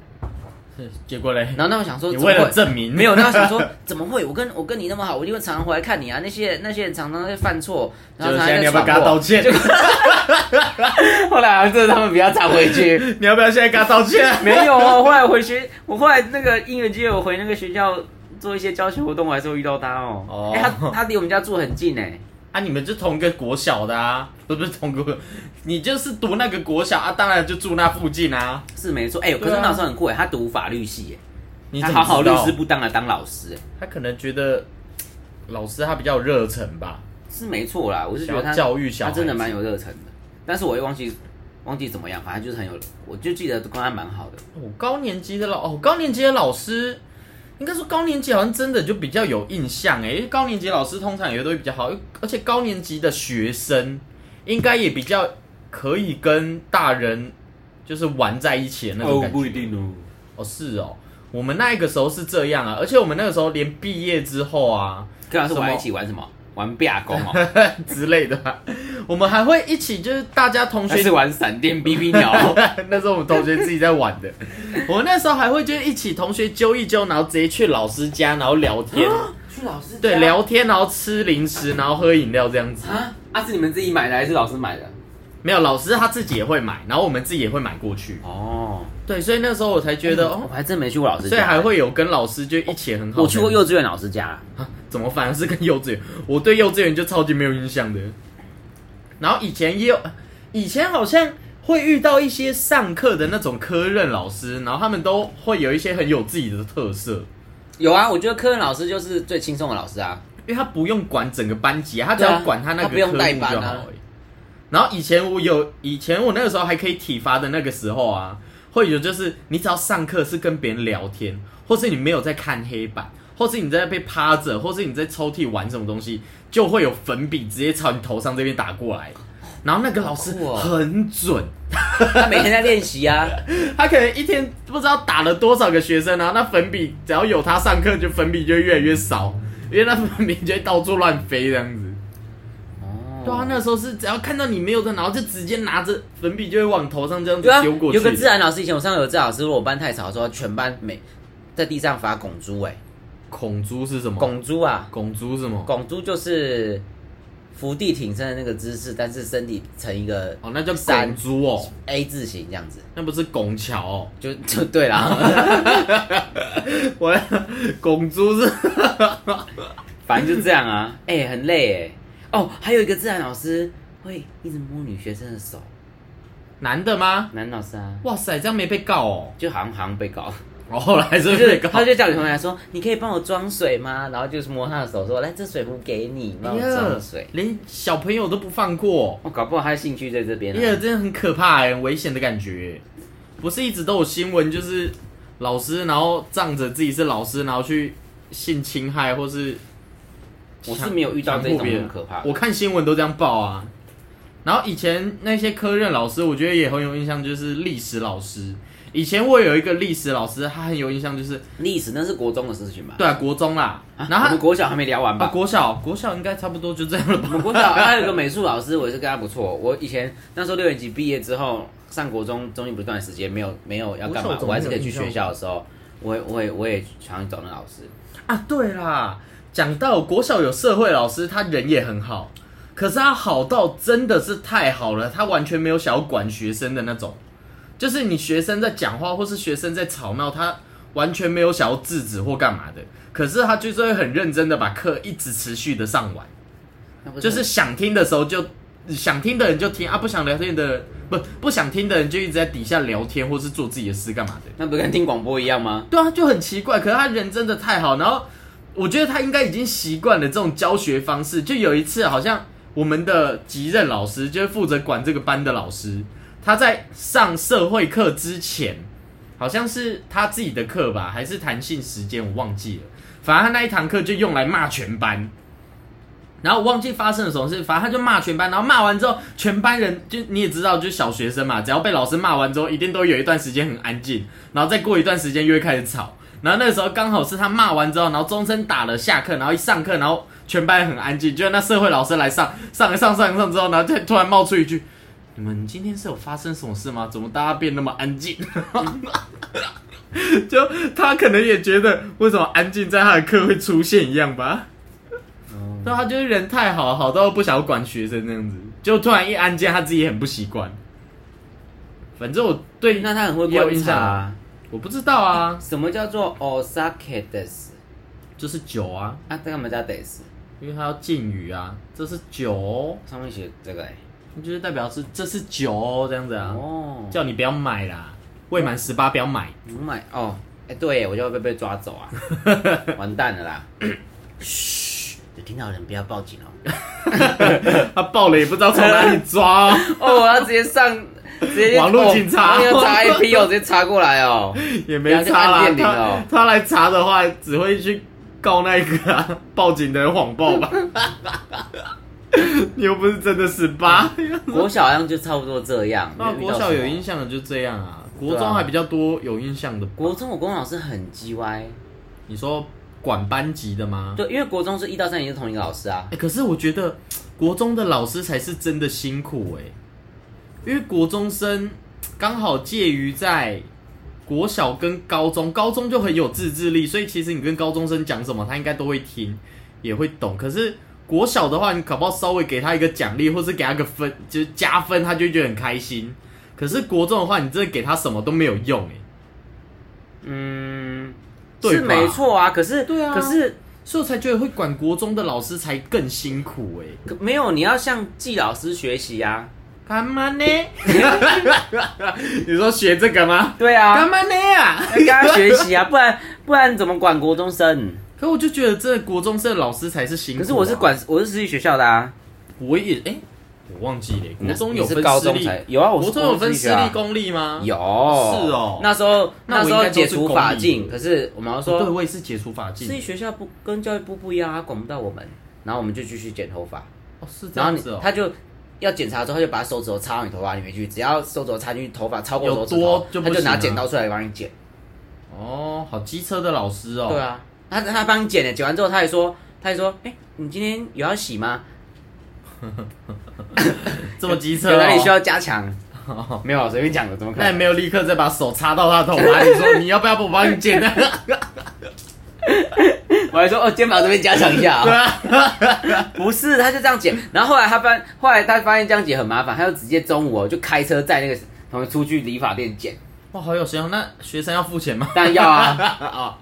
[SPEAKER 1] 结果嘞，
[SPEAKER 2] 哦然后那我想说，
[SPEAKER 1] 你
[SPEAKER 2] 怎么
[SPEAKER 1] 为了
[SPEAKER 2] 会
[SPEAKER 1] 证明
[SPEAKER 2] 没有，那我 想说， 怎么会？我跟我跟你那么好，我一定会常常回来看你啊。那些人那些人常常在犯错，然后
[SPEAKER 1] 就
[SPEAKER 2] 常
[SPEAKER 1] 是现在
[SPEAKER 2] 常在
[SPEAKER 1] 你要不要跟
[SPEAKER 2] 闯
[SPEAKER 1] 他
[SPEAKER 2] 祸
[SPEAKER 1] 道歉？
[SPEAKER 2] 后来好像是他们比较常回去。
[SPEAKER 1] 你要不要现在跟他道歉？
[SPEAKER 2] 没有哦，后来回学，我后来那个音乐节，我回那个学校做一些教学活动，我还是会遇到他哦。
[SPEAKER 1] 哦
[SPEAKER 2] 哎他他离我们家住很近哎。
[SPEAKER 1] 啊，你们就同一个国小的啊，不是不是同个，你就是读那个国小啊，当然就住那附近啊。
[SPEAKER 2] 是没错，哎、可
[SPEAKER 1] 对
[SPEAKER 2] 是
[SPEAKER 1] 啊
[SPEAKER 2] 那时候很酷哎，他读法律系
[SPEAKER 1] 你
[SPEAKER 2] 哎，
[SPEAKER 1] 怎
[SPEAKER 2] 他
[SPEAKER 1] 么
[SPEAKER 2] 好好
[SPEAKER 1] 知
[SPEAKER 2] 律
[SPEAKER 1] 道
[SPEAKER 2] 师，不当来当老师哎，
[SPEAKER 1] 他可能觉得嘖老师他比较有热忱吧，
[SPEAKER 2] 是没错啦，我是觉
[SPEAKER 1] 想
[SPEAKER 2] 得
[SPEAKER 1] 要
[SPEAKER 2] 他
[SPEAKER 1] 教育小
[SPEAKER 2] 他
[SPEAKER 1] 孩
[SPEAKER 2] 真的蛮有热忱的，但是我也忘记忘记怎么样，反正就是很有，我就记得跟他蛮好的。
[SPEAKER 1] 我哦高年级的老哦，高年级的老师，应该说高年级好像真的就比较有印象诶，因为高年级老师通常也都会比较好，而且高年级的学生应该也比较可以跟大人就是玩在一起的那种感觉。
[SPEAKER 2] 定哦，
[SPEAKER 1] 哦，是哦，我们那一个时候是这样啊，而且我们那个时候连毕业之后啊
[SPEAKER 2] 跟老师
[SPEAKER 1] 什么
[SPEAKER 2] 玩一起玩什么？玩壁工哦。
[SPEAKER 1] 之类的啊、我们还会一起就是大家同
[SPEAKER 2] 那
[SPEAKER 1] 学
[SPEAKER 2] 是玩闪电 BB 鸟，哦
[SPEAKER 1] 那时候我们同学自己在玩的，我们那时候还会就是一起同学揪一揪，然后直接去老师家，然后聊天，
[SPEAKER 2] 去老师家
[SPEAKER 1] 对，聊天，然后吃零食，然后喝饮料这样子。
[SPEAKER 2] 啊？啊是你们自己买的还是老师买的？
[SPEAKER 1] 没有，老师他自己也会买，然后我们自己也会买过去。
[SPEAKER 2] 哦，
[SPEAKER 1] 对，所以那时候我才觉得
[SPEAKER 2] 我
[SPEAKER 1] 哦，
[SPEAKER 2] 还嗯真没去过老师
[SPEAKER 1] 所以
[SPEAKER 2] 家，
[SPEAKER 1] 还会有跟老师就一起很好。
[SPEAKER 2] 我去过幼稚园老师家，
[SPEAKER 1] 啊，怎么反而是跟幼稚园？ 我对幼稚园就超级没有印象的。然后以前也有，以前好像会遇到一些上课的那种科任老师，然后他们都会有一些很有自己的特色，
[SPEAKER 2] 有啊，我觉得科任老师就是最轻松的老师啊，
[SPEAKER 1] 因为他不用管整个班级啊，他只
[SPEAKER 2] 对啊
[SPEAKER 1] 要管他那个
[SPEAKER 2] 他不用
[SPEAKER 1] 科目
[SPEAKER 2] 带班啊
[SPEAKER 1] 就好而已。然后以前我有，以前我那个时候还可以体罚的那个时候啊，会有就是你只要上课是跟别人聊天，或是你没有在看黑板，或是你在被趴着，或是你在抽屉玩什么东西，就会有粉笔直接朝你头上这边打过来。然后那个老师
[SPEAKER 2] 好酷哦
[SPEAKER 1] 很准，
[SPEAKER 2] 他每天在练习啊，
[SPEAKER 1] 他可能一天不知道打了多少个学生啊，那粉笔只要有他上课，就粉笔就越来越少，因为那粉笔就会到处乱飞这样子。
[SPEAKER 2] 哦
[SPEAKER 1] 对啊，那时候是只要看到你没有的，然后就直接拿着粉笔就会往头上这样子
[SPEAKER 2] 对啊，
[SPEAKER 1] 丢过去。
[SPEAKER 2] 有个自然老师，以前我上有自然老师，如果我班太吵的时候，全班每在地上罚拱珠、哎，
[SPEAKER 1] 拱猪是什么？
[SPEAKER 2] 拱珠啊，
[SPEAKER 1] 拱猪是什么？
[SPEAKER 2] 拱珠就是伏地挺身的那个姿势，但是身体成一个
[SPEAKER 1] 哦，那叫拱
[SPEAKER 2] 三
[SPEAKER 1] 猪哦，
[SPEAKER 2] A 字形这样子，
[SPEAKER 1] 那不是拱桥哦。
[SPEAKER 2] 就就对啦，
[SPEAKER 1] 我拱猪是
[SPEAKER 2] 反正就这样啊， 哎、很累哎、哦，还有一个自然老师会一直摸女学生的手，
[SPEAKER 1] 男的吗？
[SPEAKER 2] 男老师啊，
[SPEAKER 1] 哇塞，这样没被告哦。
[SPEAKER 2] 就好像好像被 告。
[SPEAKER 1] 哦，后来是
[SPEAKER 2] 就
[SPEAKER 1] 不是
[SPEAKER 2] 是
[SPEAKER 1] 被告？
[SPEAKER 2] 他就叫你同学来说，你可以帮我装水吗？然后就是摸他的手说，来这水壶给你，帮我装水。
[SPEAKER 1] 连小朋友都不放过，
[SPEAKER 2] 我、搞不好他的兴趣在这边、
[SPEAKER 1] 哎呀，
[SPEAKER 2] 啊。
[SPEAKER 1] 真的很可怕、欸，很危险的感觉。不是一直都有新闻，就是老师然后仗着自己是老师，然后去性侵害或是
[SPEAKER 2] 我是没有遇到
[SPEAKER 1] 强
[SPEAKER 2] 这种
[SPEAKER 1] 迫别人
[SPEAKER 2] 很可怕的。
[SPEAKER 1] 我看新闻都这样报啊。然后以前那些科任老师，我觉得也很有印象，就是历史老师。以前我有一个历史老师，他很有印象，就是
[SPEAKER 2] 历史那是国中的事情吧？
[SPEAKER 1] 对啊，国中啦，
[SPEAKER 2] 啊
[SPEAKER 1] 然
[SPEAKER 2] 我
[SPEAKER 1] 后
[SPEAKER 2] 们国小还没聊完
[SPEAKER 1] 他啊
[SPEAKER 2] 吧？
[SPEAKER 1] 国小国小应该差不多就这样了吧
[SPEAKER 2] 我。们国小还有一个美术老师，我也是跟他不错。我以前那时候六年级毕业之后，上国中中间不是段时间没有没有要干
[SPEAKER 1] 国
[SPEAKER 2] 嘛
[SPEAKER 1] 小，怎么
[SPEAKER 2] 我还是可以去
[SPEAKER 1] 没有印象
[SPEAKER 2] 学校的时候，我也我也我也常去找那老师。
[SPEAKER 1] 啊，对啦，讲到国小有社会老师，他人也很好，可是他好到真的是太好了，他完全没有想要管学生的那种，就是你学生在讲话或是学生在吵闹，他完全没有想要制止或干嘛的，可是他就是会很认真的把课一直持续的上完，
[SPEAKER 2] 那不
[SPEAKER 1] 就是想听的时候就。想听的人就听啊，不想聊天的不不想听的人就一直在底下聊天，或是做自己的事干嘛的。
[SPEAKER 2] 那不是跟听广播一样吗？
[SPEAKER 1] 对啊，就很奇怪。可是他人真的太好，然后我觉得他应该已经习惯了这种教学方式。就有一次，好像我们的级任老师，就是负责管这个班的老师，他在上社会课之前，好像是他自己的课吧，还是弹性时间，我忘记了。反正他那一堂课就用来骂全班。然后我忘记发生了什么事，反正他就骂全班，然后骂完之后，全班人就你也知道，就是小学生嘛，只要被老师骂完之后，一定都有一段时间很安静，然后再过一段时间又会开始吵。然后那个时候刚好是他骂完之后，然后钟声打了，下课，然后一上课，然后全班很安静，就那社会老师来上上一上上一上之后，然后就突然冒出一句：“你们今天是有发生什么事吗？怎么大家变那么安静？” 就他可能也觉得为什么安静在他的课会出现一样吧。
[SPEAKER 2] 哦
[SPEAKER 1] 对，他就是人太好，好到不想要管学生那样子，就突然一安静，他自己也很不习惯。反正我对
[SPEAKER 2] 那他很会
[SPEAKER 1] 也有
[SPEAKER 2] 观
[SPEAKER 1] 印
[SPEAKER 2] 察
[SPEAKER 1] 象
[SPEAKER 2] 啊。
[SPEAKER 1] 我不知道啊，
[SPEAKER 2] 什么叫做 Osaka des？
[SPEAKER 1] 就是酒啊，
[SPEAKER 2] 啊，这个我们叫 des，
[SPEAKER 1] 因为它要禁语啊，这是酒哦，
[SPEAKER 2] 上面写这个哎、
[SPEAKER 1] 就是代表是这是酒哦，这样子啊，
[SPEAKER 2] 哦，
[SPEAKER 1] 叫你不要买啦，未满十八不要买。
[SPEAKER 2] 我买哦，哎、对耶，我就会被被抓走啊，完蛋了啦！嘘，有听到的人不要报警哦。
[SPEAKER 1] 他爆了也不知道从哪里抓、哦，
[SPEAKER 2] 哦，我要直接上，直接
[SPEAKER 1] 网络警察
[SPEAKER 2] 哦要查 IP 哦，直接查过来哦。
[SPEAKER 1] 也没差
[SPEAKER 2] 不
[SPEAKER 1] 啦
[SPEAKER 2] 要去按。电铃
[SPEAKER 1] 他
[SPEAKER 2] 哦
[SPEAKER 1] 他来查的话，只会去告那个、啊、报警的人谎报吧。 你又不是真的十八。
[SPEAKER 2] 国小好像就差不多这样。
[SPEAKER 1] 那
[SPEAKER 2] 没遇
[SPEAKER 1] 国
[SPEAKER 2] 到
[SPEAKER 1] 小有
[SPEAKER 2] 什么
[SPEAKER 1] 印象的就这样啊，国
[SPEAKER 2] 对啊
[SPEAKER 1] 中还比较多有印象的。
[SPEAKER 2] 国中我国文老师很鸡歪，
[SPEAKER 1] 你说管班级的吗？
[SPEAKER 2] 对，因为国中是一到三年级是同一个老师啊
[SPEAKER 1] 哎、。可是我觉得国中的老师才是真的辛苦哎、因为国中生刚好介于在国小跟高中，高中就很有自制力，所以其实你跟高中生讲什么，他应该都会听，也会懂。可是国小的话，你搞不好稍微给他一个奖励，或是给他个分，就是加分，他就会觉得很开心。可是国中的话，你真的给他什么都没有用哎、
[SPEAKER 2] 嗯，
[SPEAKER 1] 对
[SPEAKER 2] 是
[SPEAKER 1] 吧
[SPEAKER 2] 没错啊。可是，
[SPEAKER 1] 对啊
[SPEAKER 2] 可是
[SPEAKER 1] 所以我才觉得会管国中的老师才更辛苦哎、
[SPEAKER 2] 可没有，你要向季老师学习啊。
[SPEAKER 1] 干嘛呢？ 你说学这个吗？
[SPEAKER 2] 对啊，
[SPEAKER 1] 干嘛呢啊？
[SPEAKER 2] 要跟他学习啊，不然不然怎么管国中生？
[SPEAKER 1] 可我就觉得这国中生的老师才是辛苦、啊
[SPEAKER 2] 可是我是，管我是私立学校的啊，
[SPEAKER 1] 我也哎、我忘记了，国中有
[SPEAKER 2] 你是
[SPEAKER 1] 分
[SPEAKER 2] 高
[SPEAKER 1] 私
[SPEAKER 2] 中
[SPEAKER 1] 立，
[SPEAKER 2] 才有啊，我
[SPEAKER 1] 国
[SPEAKER 2] 是
[SPEAKER 1] 中有分
[SPEAKER 2] 私
[SPEAKER 1] 私
[SPEAKER 2] 立学校
[SPEAKER 1] 立
[SPEAKER 2] 啊
[SPEAKER 1] 公立吗？
[SPEAKER 2] 有是
[SPEAKER 1] 哦
[SPEAKER 2] 那时候
[SPEAKER 1] 那
[SPEAKER 2] 那
[SPEAKER 1] 我
[SPEAKER 2] 时
[SPEAKER 1] 应该
[SPEAKER 2] 候
[SPEAKER 1] 都是
[SPEAKER 2] 解除法
[SPEAKER 1] 公
[SPEAKER 2] 禁，
[SPEAKER 1] 立
[SPEAKER 2] 可是我们要
[SPEAKER 1] 哦，对，
[SPEAKER 2] 说
[SPEAKER 1] 我也是解除法
[SPEAKER 2] 私立
[SPEAKER 1] 禁。
[SPEAKER 2] 学校不跟教育部不一样啊，管不到我们，然后我们就继续剪头发，
[SPEAKER 1] 哦，是这
[SPEAKER 2] 然后
[SPEAKER 1] 样
[SPEAKER 2] 你
[SPEAKER 1] 子哦。
[SPEAKER 2] 他就。要检查之后，他就把手指头插到你头发里面去，只要手指头插进去，头发超过
[SPEAKER 1] 有
[SPEAKER 2] 手指
[SPEAKER 1] 多
[SPEAKER 2] 头，
[SPEAKER 1] 就不
[SPEAKER 2] 他就
[SPEAKER 1] 行啊
[SPEAKER 2] 拿剪刀出来帮你剪。
[SPEAKER 1] 哦，好机车的老师哦。
[SPEAKER 2] 对。啊，他他帮你剪了，剪完之后他还说，他还说，哎、你今天有要洗吗？
[SPEAKER 1] 这么机车、
[SPEAKER 2] 有
[SPEAKER 1] 哦，
[SPEAKER 2] 哪里需要加强？ 没有，啊随便讲的，怎么可
[SPEAKER 1] 那也
[SPEAKER 2] 能？
[SPEAKER 1] 没有立刻再把手插到他的头哪里说你要不要我帮你剪？
[SPEAKER 2] 我还说哦，肩膀这边加强一 下、
[SPEAKER 1] 对
[SPEAKER 2] 啊。
[SPEAKER 1] 啊，
[SPEAKER 2] 不是，他就这样剪。然后后来他发，后来他发现这样剪很麻烦，他就直接中午哦就开车载那个同学出去理发店剪。
[SPEAKER 1] 哇，好有学生，那学生要付钱吗？
[SPEAKER 2] 当然要啊
[SPEAKER 1] 啊，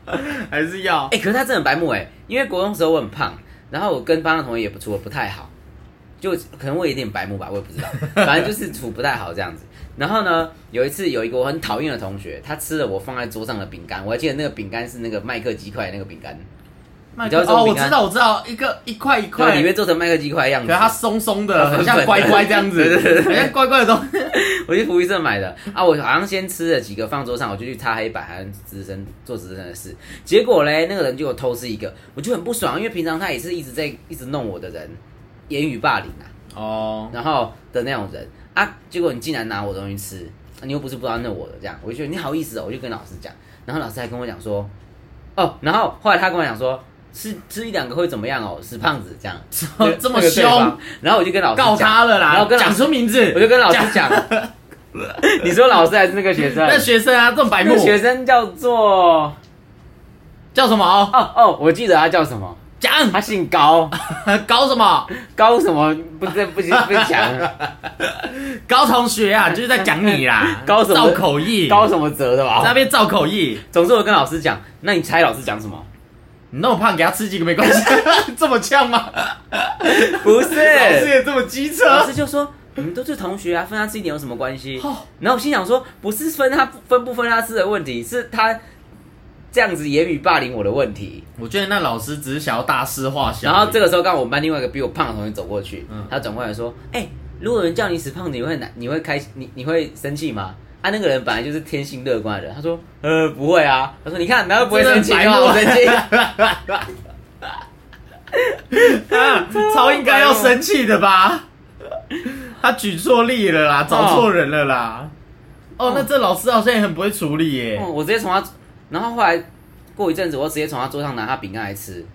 [SPEAKER 1] 还是要
[SPEAKER 2] 哎、可是他真的很白目哎，因为国中时候我很胖，然后我跟班上同学也不处的不太好，就可能我有点白目吧，我也不知 道，反正就是处不太好这样子。然后呢，有一次有一个我很讨厌的同学，他吃了我放在桌上的饼干，我还记得那个饼干是那个麦克鸡块的那个饼干，
[SPEAKER 1] 麦
[SPEAKER 2] 你知道
[SPEAKER 1] 克
[SPEAKER 2] 这种
[SPEAKER 1] 哦，我
[SPEAKER 2] 饼干
[SPEAKER 1] 知道，我知道，一个一块一
[SPEAKER 2] 对，
[SPEAKER 1] 块
[SPEAKER 2] 里，面做成麦克鸡块的样
[SPEAKER 1] 可
[SPEAKER 2] 子
[SPEAKER 1] 是。它松松的，
[SPEAKER 2] 它
[SPEAKER 1] 很
[SPEAKER 2] 粉粉的
[SPEAKER 1] 像乖乖这样子，
[SPEAKER 2] 对对对对
[SPEAKER 1] 很像乖乖的东西。
[SPEAKER 2] 我去福利社买的啊，我好像先吃了几个放桌上，我就去擦黑板，还值日生做值日生的事。结果嘞，那个人就有偷吃一个，我就很不爽，因为平常他也是一直在一直弄我的人，言语霸凌啊，
[SPEAKER 1] 哦，
[SPEAKER 2] 然后的那种人啊。结果你竟然拿我东西吃，啊你又不是不知道那我的，这样我就觉得你好意思哦，我就跟老师讲，然后老师还跟我讲说，哦，然后后来他跟我讲说。吃吃一两个会怎么样哦？死胖子这样，
[SPEAKER 1] 这这么
[SPEAKER 2] 那个对方
[SPEAKER 1] 凶，
[SPEAKER 2] 然后我就跟老师
[SPEAKER 1] 告
[SPEAKER 2] 讲
[SPEAKER 1] 他了
[SPEAKER 2] 然
[SPEAKER 1] 啦
[SPEAKER 2] 后跟！老
[SPEAKER 1] 讲
[SPEAKER 2] 师
[SPEAKER 1] 出名字，
[SPEAKER 2] 我就跟老师
[SPEAKER 1] 讲
[SPEAKER 2] 讲，你说老师还是那个学生？
[SPEAKER 1] 那学生啊，这种白目
[SPEAKER 2] 那学生叫做
[SPEAKER 1] 叫什么？哦，
[SPEAKER 2] 哦哦，我记得他叫什么？
[SPEAKER 1] 讲
[SPEAKER 2] 他姓高，
[SPEAKER 1] 搞什么？
[SPEAKER 2] 高什么？不是不行不 讲，，
[SPEAKER 1] 高同学啊，就是在讲你啦
[SPEAKER 2] 高什么
[SPEAKER 1] 造口业，
[SPEAKER 2] 高
[SPEAKER 1] 在
[SPEAKER 2] 什么哲的
[SPEAKER 1] 那
[SPEAKER 2] 吧？
[SPEAKER 1] 边造口业。
[SPEAKER 2] 总之我跟老师讲，那你猜老师讲什么？
[SPEAKER 1] 你那么胖，给他吃几个没关系， 这么呛吗？
[SPEAKER 2] 不是，
[SPEAKER 1] 老 师也这么机车，
[SPEAKER 2] 老师就说你们都是同学啊，分他吃一点有什么关系？
[SPEAKER 1] 哦
[SPEAKER 2] 然后我心想说，不是分他分不分他吃的问题，是他这样子言语霸凌我的问题。
[SPEAKER 1] 我觉得那老师只是想要大事化小。
[SPEAKER 2] 然后这个时候，刚好我们班另外一个比我胖的同学走过去，
[SPEAKER 1] 嗯
[SPEAKER 2] 他转过来说：“哎、如果有人叫你死胖子，你会难，你会开，你你会生气吗？”啊，那个人本来就是天性乐观的人，他说：“呃，不会啊。”他说：“你看， 难道不会生气哦
[SPEAKER 1] 真的很
[SPEAKER 2] 吗？我
[SPEAKER 1] 白目
[SPEAKER 2] 生气。
[SPEAKER 1] 啊超应该要生气的吧？他举错例了
[SPEAKER 2] 哦
[SPEAKER 1] 啦，找错人了啦。哦，那这老师好像也很不会处理耶
[SPEAKER 2] 嗯”。我直接从他，然后后来过一阵子，我直接从他桌上拿他饼干来吃，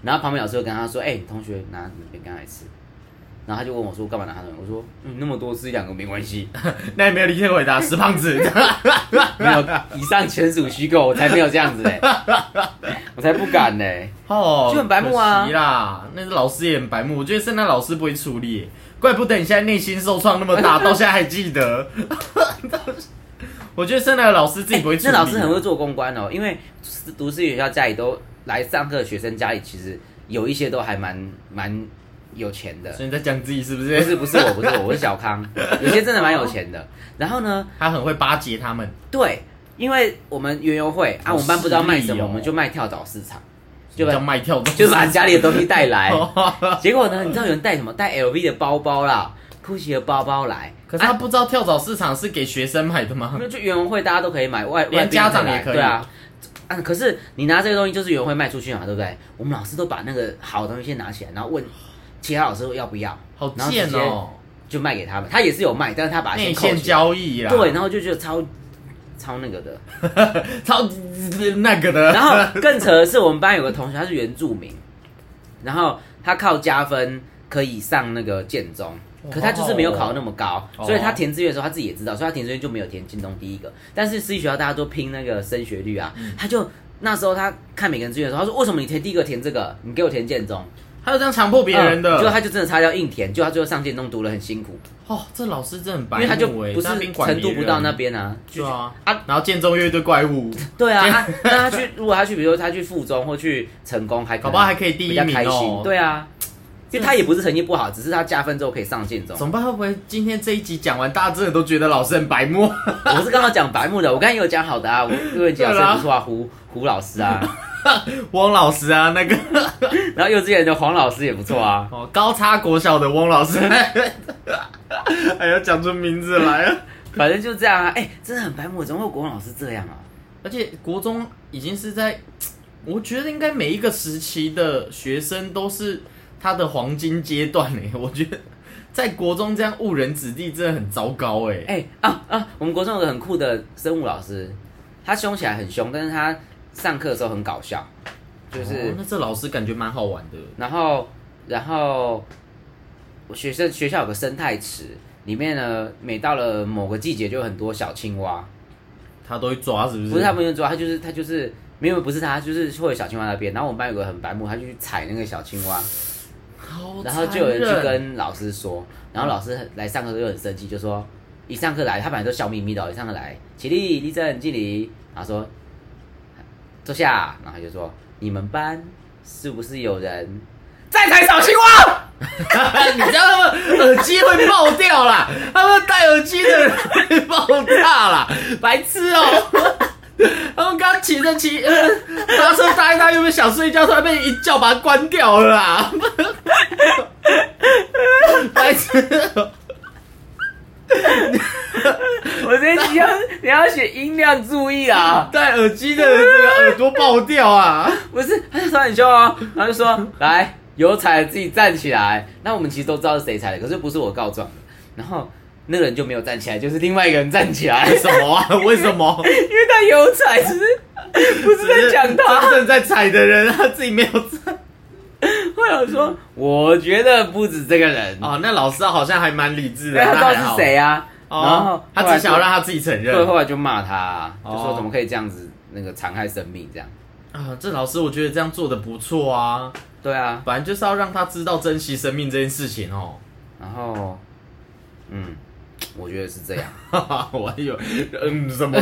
[SPEAKER 2] 然后旁边老师就跟他说：“哎、同学，拿你饼干来吃。”然后他就问我说：“干嘛拿他的？”我说：“嗯，那么多吃一两个没关系。”
[SPEAKER 1] 那也没有立刻回 答，死胖子。
[SPEAKER 2] 没有，以上全属虚构，我才没有这样子嘞、我才不敢嘞、
[SPEAKER 1] 哦，
[SPEAKER 2] 就很白目啊
[SPEAKER 1] 可惜啦，那是老师也很白目。我觉得圣诞老师不会处理耶，怪不得你现在内心受创那么 大，到现在还记得。我觉得圣诞的老师 自己不啊会处
[SPEAKER 2] 哎那
[SPEAKER 1] 理。
[SPEAKER 2] 老师很会做公关哦，因为读私立学校家里都来上课的学生家里，其实有一些都还蛮蛮有钱的。
[SPEAKER 1] 所以你在讲自己是不
[SPEAKER 2] 不
[SPEAKER 1] 是？
[SPEAKER 2] 是不是我不是我，我是小康，有些真的蛮有钱的。然后呢，
[SPEAKER 1] 他很会巴结他们。
[SPEAKER 2] 对，因为我们园游会啊，
[SPEAKER 1] 好
[SPEAKER 2] 我们班不知道卖什
[SPEAKER 1] 势利
[SPEAKER 2] 么，
[SPEAKER 1] 哦
[SPEAKER 2] 我们就卖跳蚤市场，
[SPEAKER 1] 就
[SPEAKER 2] 就
[SPEAKER 1] 叫
[SPEAKER 2] 把
[SPEAKER 1] 卖跳蚤，
[SPEAKER 2] 就把家里的东西带来。
[SPEAKER 1] 哦
[SPEAKER 2] 结果呢，你知道有人带什么？带 LV 的包包啦，GUCCI 的包包来。
[SPEAKER 1] 可是他
[SPEAKER 2] 啊
[SPEAKER 1] 不知道跳蚤市场是给学生买的吗？
[SPEAKER 2] 那就园游会大家都可以买，外
[SPEAKER 1] 连
[SPEAKER 2] 外宾
[SPEAKER 1] 家长
[SPEAKER 2] 来
[SPEAKER 1] 也可以
[SPEAKER 2] 对啊。啊，可是你拿这个东西就是园游会卖出去嘛，对不对？我们老师都把那个好的东西先拿起来，然后问其他老师要不要，
[SPEAKER 1] 好贱
[SPEAKER 2] 然后
[SPEAKER 1] 哦，
[SPEAKER 2] 就卖给他们。他也是有卖，但是他把它
[SPEAKER 1] 内
[SPEAKER 2] 先扣
[SPEAKER 1] 线啊
[SPEAKER 2] 起来。
[SPEAKER 1] 交易啦，
[SPEAKER 2] 对，，然后就觉得超超那个的。
[SPEAKER 1] 超那个 的。
[SPEAKER 2] 然后更扯的是，我们班有个同学他是原住民，然后他靠加分可以上那个建中，可他就是没有考那么高，
[SPEAKER 1] 哦
[SPEAKER 2] 所以他填志愿的时候他自己也知道，所以他填志愿就没有填建中第一个。但是私立学校大家都拼那个升学率啊，
[SPEAKER 1] 嗯
[SPEAKER 2] 他就那时候他看每个人志愿的时候，他说为什么你填第一个填这个，你给我填建中，
[SPEAKER 1] 他就这样强 迫别人
[SPEAKER 2] 嗯结果
[SPEAKER 1] 的，
[SPEAKER 2] 他就真的擦掉硬填，结果他最后上建中读了很辛苦，
[SPEAKER 1] 哦，这老师真的很白
[SPEAKER 2] 因
[SPEAKER 1] 目欸，
[SPEAKER 2] 为他就不是
[SPEAKER 1] 那边管
[SPEAKER 2] 程度
[SPEAKER 1] 别
[SPEAKER 2] 不到
[SPEAKER 1] 人
[SPEAKER 2] 那，边啊，
[SPEAKER 1] 对啊
[SPEAKER 2] 啊
[SPEAKER 1] 然后建中又一堆怪 物，
[SPEAKER 2] 对 啊，啊那他去，如果他去，比如说他去附中或去成功，还可能
[SPEAKER 1] 搞不好还可以第一名哦
[SPEAKER 2] 比较开心对啊，因为他也不是成绩不好，只是他加分之后可以上建中。
[SPEAKER 1] 怎么办？会不会今天这一集讲完，大家真的都觉得老师很白目？
[SPEAKER 2] 我 是刚刚讲白目的，我刚才也有讲好的啊， 我幼稚园老师也不错啊，胡胡老师啊，
[SPEAKER 1] 汪老师啊，那个
[SPEAKER 2] 然后幼稚园的黄老师也不错啊。
[SPEAKER 1] 哦，高差国小的汪老师， 还要讲出名字来啊！
[SPEAKER 2] 反正就这样啊，哎、真的很白目，怎么会国文老师这样啊？
[SPEAKER 1] 而且国中已经是在，我觉得应该每一个时期的学生都是他的黄金阶段诶、 我觉得在国中这样误人子弟真的很糟糕欸诶、
[SPEAKER 2] 哎、啊啊，我们国中有个很酷的生物老师，他凶起来很凶，但是他上课的时候很搞笑，就是、
[SPEAKER 1] 哦哦那这老师感觉蛮好玩的，
[SPEAKER 2] 然后，然后我学生学校有个生态池，里面呢，每到了某个季节就有很多小青蛙，
[SPEAKER 1] 他都会抓，是不是？
[SPEAKER 2] 不是他，不用抓，他就是他就是没有不是他，就是会有小青蛙那边。然后我们班有个很白目，他就去踩那个小青蛙，
[SPEAKER 1] 好
[SPEAKER 2] 然后就有人去
[SPEAKER 1] 残忍
[SPEAKER 2] 跟老师说，然后老师很来上课就很生气，就说一上课来，他本来都笑眯眯的哦，一上课来，起立，立正，敬礼，然后说坐下，然后他就说你们班是不是有人在踩小青蛙？
[SPEAKER 1] 你知道他们耳机会爆掉啦，他们戴耳机的人会爆炸啦，白痴哦、他们哦刚骑着骑，呃，搭车搭一搭，原本想睡觉，突然被一叫把它关掉了啦， 白痴哦、
[SPEAKER 2] 我这你要 你要写音量注意啊，
[SPEAKER 1] 戴耳机的人这个耳朵爆掉啊！
[SPEAKER 2] 不是他就说很凶哦，然后就说来有踩的自己站起来，那我们其实都知道是谁踩的，可是不是我告状的，然后那个人就没有站起来，就是另外一个人站起来。
[SPEAKER 1] 为什么啊？为什么？
[SPEAKER 2] 因为他有踩，只是不是在讲
[SPEAKER 1] 真
[SPEAKER 2] 他。
[SPEAKER 1] 正在踩的人，他自己没有踩。
[SPEAKER 2] 后来我说，我觉得不止这个人，
[SPEAKER 1] 哦，那老师好像还蛮理智
[SPEAKER 2] 因
[SPEAKER 1] 的，
[SPEAKER 2] 为他知道
[SPEAKER 1] 还好
[SPEAKER 2] 是谁啊。然
[SPEAKER 1] 哦
[SPEAKER 2] 后，
[SPEAKER 1] 他只想要让他自己承
[SPEAKER 2] 对，
[SPEAKER 1] 认。
[SPEAKER 2] 啊后来就骂他，就说
[SPEAKER 1] 哦
[SPEAKER 2] 怎么可以这样子，那个残害生命这样。
[SPEAKER 1] 啊，这老师我觉得这样做的不错啊，
[SPEAKER 2] 对啊，
[SPEAKER 1] 反正就是要让他知道珍惜生命这件事情哦。
[SPEAKER 2] 然后，嗯，我觉得是这样。
[SPEAKER 1] 哈哈， 我还有，嗯，什么？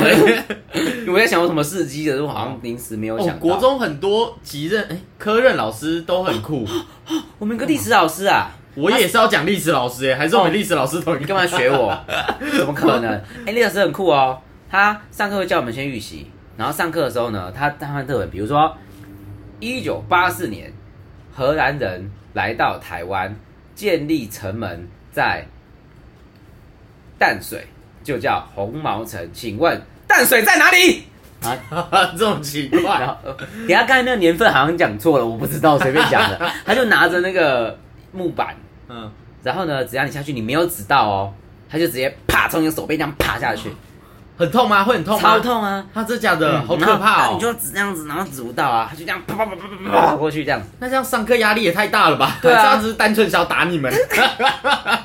[SPEAKER 2] 我在想有什么事迹的， 我好像临时没有
[SPEAKER 1] 哦
[SPEAKER 2] 想，到。
[SPEAKER 1] 国，中很多级任，哎，科任老师都很 酷。
[SPEAKER 2] 我们有个历史老师啊，
[SPEAKER 1] 我也是要讲历史老师哎，还是我们历史老师同一个？
[SPEAKER 2] 你干嘛学我？怎么可能？哎、那老师很酷哦，他上课会叫我们先预习，然后上课的时候呢，他他看课文，比如说一九八四年荷兰人来到台湾，建立城门在淡水，就叫红毛城。请问淡水在哪里？啊，
[SPEAKER 1] 这种奇
[SPEAKER 2] 然
[SPEAKER 1] 怪
[SPEAKER 2] 后，呃等一下刚才那个年份好像讲错了，我不知道，随便讲的。他就拿着那个木板，
[SPEAKER 1] 嗯，
[SPEAKER 2] 然后呢，只要你下去，你没有指到哦，他就直接啪从你的手背这样啪下去，
[SPEAKER 1] 很痛吗？会很痛吗？
[SPEAKER 2] 超痛啊！
[SPEAKER 1] 啊，他真假的，好可
[SPEAKER 2] 然
[SPEAKER 1] 怕
[SPEAKER 2] 后啊
[SPEAKER 1] 哦
[SPEAKER 2] 你！就指这样子，然后指不到啊，他就这样啪啪啪啪啪啪过去这样子。
[SPEAKER 1] 那这样上课压力也太大了吧？
[SPEAKER 2] 对啊
[SPEAKER 1] 还是他只是单纯想要打你们，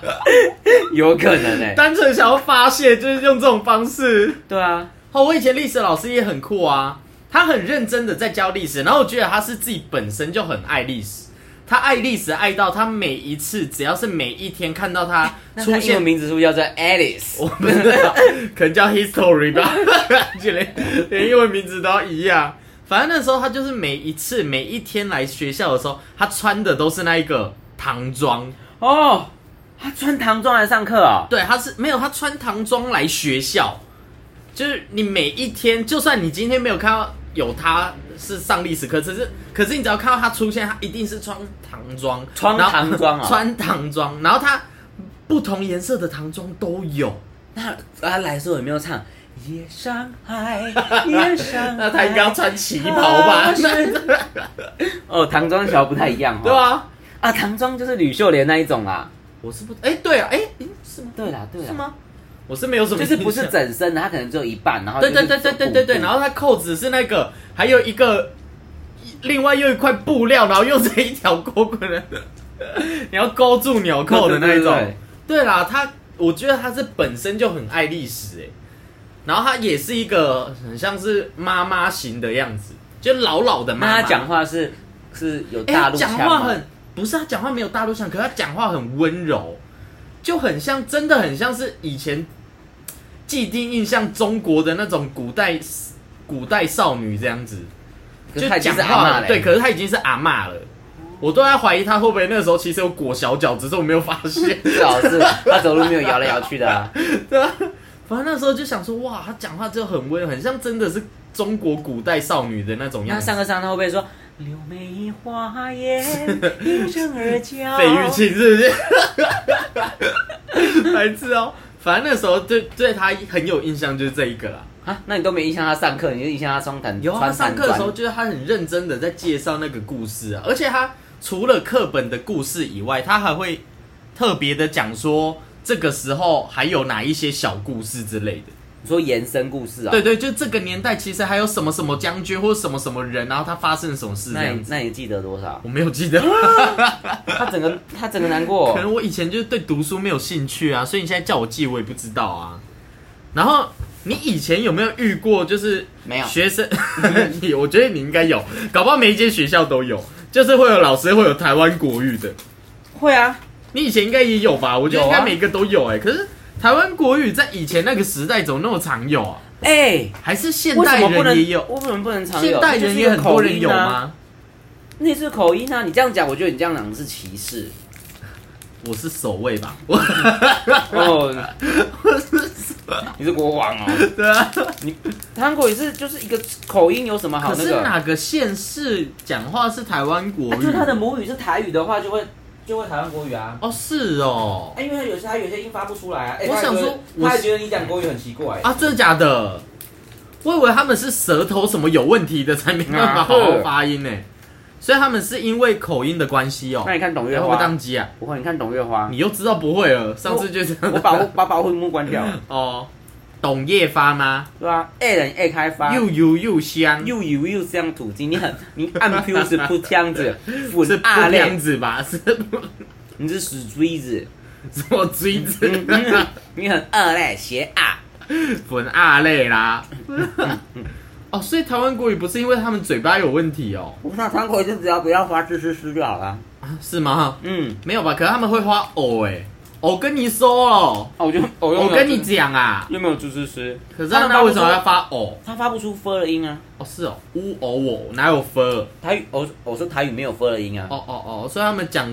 [SPEAKER 2] 有可能哎、
[SPEAKER 1] 单纯想要发泄，就是用这种方式。
[SPEAKER 2] 对啊，
[SPEAKER 1] 哦，我以前历史老师也很酷啊，他很认真的在教历史，然后我觉得他是自己本身就很爱历史，他爱历史爱到他每一次只要是每一天看到他出
[SPEAKER 2] 出现
[SPEAKER 1] 现，哦
[SPEAKER 2] 名字是不是叫做 Alice？
[SPEAKER 1] 我不知道，可能叫 history 吧， 就连连英文名字都要一样。反正那时候他就是每一次每一天来学校的时候，他穿的都是那一个唐装，
[SPEAKER 2] 哦，他穿唐装来上课哦。
[SPEAKER 1] 对，他是没有他穿唐装来学校，就是你每一天，就算你今天没有看到有他是上历史课，只是可是你只要看到他出现，他一定是穿唐装，
[SPEAKER 2] 穿
[SPEAKER 1] 然后
[SPEAKER 2] 唐装哦
[SPEAKER 1] 穿唐装，然后他不同颜色的唐装都 有，
[SPEAKER 2] 那他来的时候有没有唱？夜上 海，夜上海。
[SPEAKER 1] 那他应该要穿旗袍吧？
[SPEAKER 2] 啊是哦，唐装桥不太一样哦。
[SPEAKER 1] 对啊，
[SPEAKER 2] 啊，唐装就是吕秀莲那一种啦。
[SPEAKER 1] 我是不哎、对啊哎、诶是吗？
[SPEAKER 2] 对啦，对啦。
[SPEAKER 1] 是吗？我是没有什么
[SPEAKER 2] 就
[SPEAKER 1] 印
[SPEAKER 2] 是
[SPEAKER 1] 象，
[SPEAKER 2] 不是整身的，它可能只有一半，然后
[SPEAKER 1] 对
[SPEAKER 2] 就是
[SPEAKER 1] 对对对对对对，然后它扣子是那个，还有一个，另外又一块布料，然后又是一条勾滚的， 你要勾住纽扣的那一种
[SPEAKER 2] 对对对。
[SPEAKER 1] 对啦，他我觉得他是本身就很爱历史哎、然后他也是一个很像是妈妈型的样子，就老老的妈妈。
[SPEAKER 2] 那他讲话是是有
[SPEAKER 1] 哎，
[SPEAKER 2] 大
[SPEAKER 1] 他
[SPEAKER 2] 陆
[SPEAKER 1] 讲
[SPEAKER 2] 腔
[SPEAKER 1] 话
[SPEAKER 2] 吗
[SPEAKER 1] 很不是他啊讲话没有大陆腔，可是他讲话很温柔，就很像真的很像是以前既定印象中国的那种古代古代少女这样子，就
[SPEAKER 2] 可
[SPEAKER 1] 是
[SPEAKER 2] 他已经
[SPEAKER 1] 讲
[SPEAKER 2] 是阿
[SPEAKER 1] 话
[SPEAKER 2] 嬷欸嘞，
[SPEAKER 1] 对，可是他已经是阿嬷了。我都在怀疑他会不会那时候其实有裹小脚，只是我没有发 现。
[SPEAKER 2] 至少是他走路没有摇来摇去的啊。
[SPEAKER 1] 对啊，反正那时候就想说，哇，他讲话就很温柔，很像真的是中国古代少女的那种样
[SPEAKER 2] 那
[SPEAKER 1] 子
[SPEAKER 2] 上。课上到会不会说“柳眉花眼，应声而 娇”？
[SPEAKER 1] 费玉清是 不是？白痴哦、反正那时候对对他很有印象，就是这一个啦。
[SPEAKER 2] 啊，那你都没印象他上课，你就印象他双弹
[SPEAKER 1] 有啊他
[SPEAKER 2] 穿
[SPEAKER 1] 上
[SPEAKER 2] 弹
[SPEAKER 1] 课的时候，
[SPEAKER 2] 砖。
[SPEAKER 1] 就是他很认真的在介绍那个故事啊，而且他除了课本的故事以外，他还会特别的讲说这个时候还有哪一些小故事之类的。
[SPEAKER 2] 你说延伸故事啊、
[SPEAKER 1] 对对，就这个年代其实还有什么什么将军或什么什么人，然后他发生了什么事这
[SPEAKER 2] 那
[SPEAKER 1] 样
[SPEAKER 2] 你
[SPEAKER 1] 子，
[SPEAKER 2] 那你记得多少？
[SPEAKER 1] 我没有记得，
[SPEAKER 2] 他整个他整个难过
[SPEAKER 1] 可，能我以前就是对读书没有兴趣啊，所以你现在叫我记我也不知道啊。然后你以前有没有遇过就是
[SPEAKER 2] 没有
[SPEAKER 1] 学生？ 你我觉得你应该有，搞不好每一间学校都有，就是会有老师会有台湾国语的，
[SPEAKER 2] 会啊，
[SPEAKER 1] 你以前应该也有吧？我觉得应
[SPEAKER 2] 有
[SPEAKER 1] 该
[SPEAKER 2] 啊
[SPEAKER 1] 每个都有哎、可是。台湾国语在以前那个时代怎么那么常有啊？
[SPEAKER 2] 哎、
[SPEAKER 1] 还是现
[SPEAKER 2] 为
[SPEAKER 1] 代
[SPEAKER 2] 什么不
[SPEAKER 1] 人
[SPEAKER 2] 能
[SPEAKER 1] 也有？
[SPEAKER 2] 为什么不能常有？
[SPEAKER 1] 现代
[SPEAKER 2] 就是
[SPEAKER 1] 人
[SPEAKER 2] 一
[SPEAKER 1] 也
[SPEAKER 2] 个
[SPEAKER 1] 很多人
[SPEAKER 2] 口音
[SPEAKER 1] 有
[SPEAKER 2] 啊？
[SPEAKER 1] 吗？
[SPEAKER 2] 那是口音啊！你这样讲，我觉得你这样讲是歧视。
[SPEAKER 1] 我是守卫吧，我
[SPEAKER 2] 哦，
[SPEAKER 1] 我是守
[SPEAKER 2] 你是国王哦。
[SPEAKER 1] 对啊。
[SPEAKER 2] 韩国也是，就是一个口音有什么好
[SPEAKER 1] 可
[SPEAKER 2] 那
[SPEAKER 1] 是
[SPEAKER 2] 个？啊
[SPEAKER 1] 哪个县市讲话是台湾国
[SPEAKER 2] 就
[SPEAKER 1] 语
[SPEAKER 2] 是？他的母语是台语的话，就会就会台湾国语啊。
[SPEAKER 1] 哦，是哦，
[SPEAKER 2] 哎，因为他有些他有些音发不出来啊。哎
[SPEAKER 1] 我想说我
[SPEAKER 2] 他还觉得他还觉得你讲国语很奇怪。
[SPEAKER 1] 啊，真的假的？我以为他们是舌头什么有问题的才没办法
[SPEAKER 2] 哪
[SPEAKER 1] 好好
[SPEAKER 2] 会
[SPEAKER 1] 发音呢，所以他们是因为口音的关系哦
[SPEAKER 2] 那。你看董
[SPEAKER 1] 然
[SPEAKER 2] 月
[SPEAKER 1] 后会不会
[SPEAKER 2] 花
[SPEAKER 1] 当，机啊？
[SPEAKER 2] 不会，你看董月花，
[SPEAKER 1] 你又知道不会了，上次就这样。
[SPEAKER 2] 我把我把保护幕关掉了，
[SPEAKER 1] 哦，董夜发吗？
[SPEAKER 2] 对吧？爱人爱开发。
[SPEAKER 1] 又油又香，
[SPEAKER 2] 啊又油又这样吐金，你很你按 Q 是不这样子，不
[SPEAKER 1] 是
[SPEAKER 2] 是
[SPEAKER 1] 不
[SPEAKER 2] 啊
[SPEAKER 1] 这
[SPEAKER 2] 嘞
[SPEAKER 1] 样，子吧？是 不
[SPEAKER 2] 你是死锥子，
[SPEAKER 1] 什么锥子？
[SPEAKER 2] 嗯 你很二嘞，邪啊！
[SPEAKER 1] 粉啊类啦。 哦，所以台湾国语不是因为他们嘴巴有问题哦，
[SPEAKER 2] 我上堂口就只要不要花知识师就好了。
[SPEAKER 1] 啊是吗？
[SPEAKER 2] 嗯，
[SPEAKER 1] 没有吧？可是他们会花偶哎、我跟你说哦，
[SPEAKER 2] 啊，我 就我
[SPEAKER 1] 我跟你讲啊，
[SPEAKER 2] 又没有知识师，
[SPEAKER 1] 可是他那为什么要发偶？
[SPEAKER 2] 他发不出 f 的音啊？
[SPEAKER 1] 哦是哦，乌偶我哪有分？哦
[SPEAKER 2] 台语，我我说台语没有 f 的音啊，
[SPEAKER 1] 哦哦，所以他们讲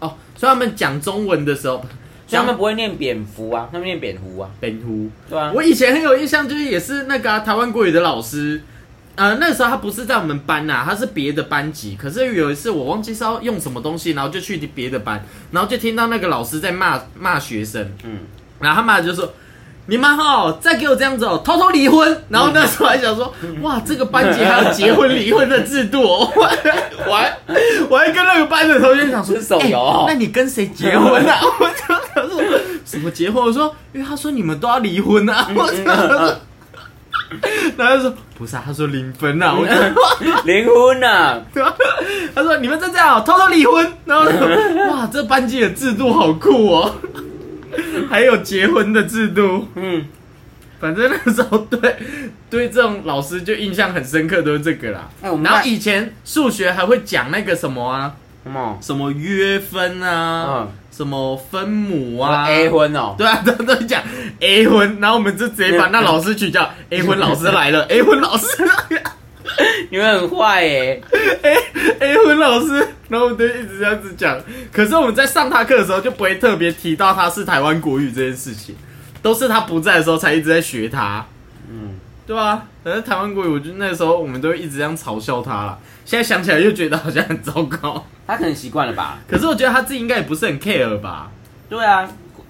[SPEAKER 1] 哦，所以他们讲中文的时候，
[SPEAKER 2] 所以他们不会念蝙蝠啊，他们念蝙蝠啊，
[SPEAKER 1] 本湖。
[SPEAKER 2] 对啊，
[SPEAKER 1] 我以前很有印象，就是也是那个啊、台湾国语的老师，呃，那时候他不是在我们班呐、他是别的班级。可是有一次我忘记是要用什么东西，然后就去别的班，然后就听到那个老师在骂骂学生，
[SPEAKER 2] 嗯，
[SPEAKER 1] 然后他骂就说。你们哈、再给我这样子哦，偷偷离婚。然后那时候还想说，哇，这个班级还有结婚离婚的制度、哦，我还我还我还跟那个班的同学讲说，
[SPEAKER 2] 这是手游哦
[SPEAKER 1] 欸那你跟谁结婚啊？我就想说什么结婚？我说，因为他说你们都要离婚啊。我就
[SPEAKER 2] 嗯
[SPEAKER 1] 想说，然后他就说不是啊，他说零分啊。我就
[SPEAKER 2] 离婚啊，
[SPEAKER 1] 他说你们再这样哦偷偷离婚。然后我说哇，这班级的制度好酷哦，还有结婚的制度。
[SPEAKER 2] 嗯，
[SPEAKER 1] 反正那时候对 对这种老师就印象很深刻，都是这个啦。
[SPEAKER 2] 哎我们
[SPEAKER 1] 然后
[SPEAKER 2] 班
[SPEAKER 1] 以前数学还会讲那个什么啊，
[SPEAKER 2] 什么？
[SPEAKER 1] 什么约分啊，
[SPEAKER 2] 嗯
[SPEAKER 1] 什么分母啊
[SPEAKER 2] 哇，A 婚哦，
[SPEAKER 1] 对啊，都都讲 A 婚，然后我们就直接
[SPEAKER 2] 嗯
[SPEAKER 1] 把那老师取叫 A 婚老师来了，A 婚老师
[SPEAKER 2] 你们很坏耶，
[SPEAKER 1] ，A A 婚老师，然后我们就一直这样子讲。可是我们在上他课的时候，就不会特别提到他是台湾国语这件事情，都是他不在的时候才一直在学他。
[SPEAKER 2] 嗯，
[SPEAKER 1] 对啊，反正台湾国语，我就那时候我们都会一直这样嘲笑他啦。现在想起来又觉得好像很糟糕，
[SPEAKER 2] 他可能习惯了吧？
[SPEAKER 1] 可是我觉得他自己应该也不是很 care 吧。
[SPEAKER 2] 对啊，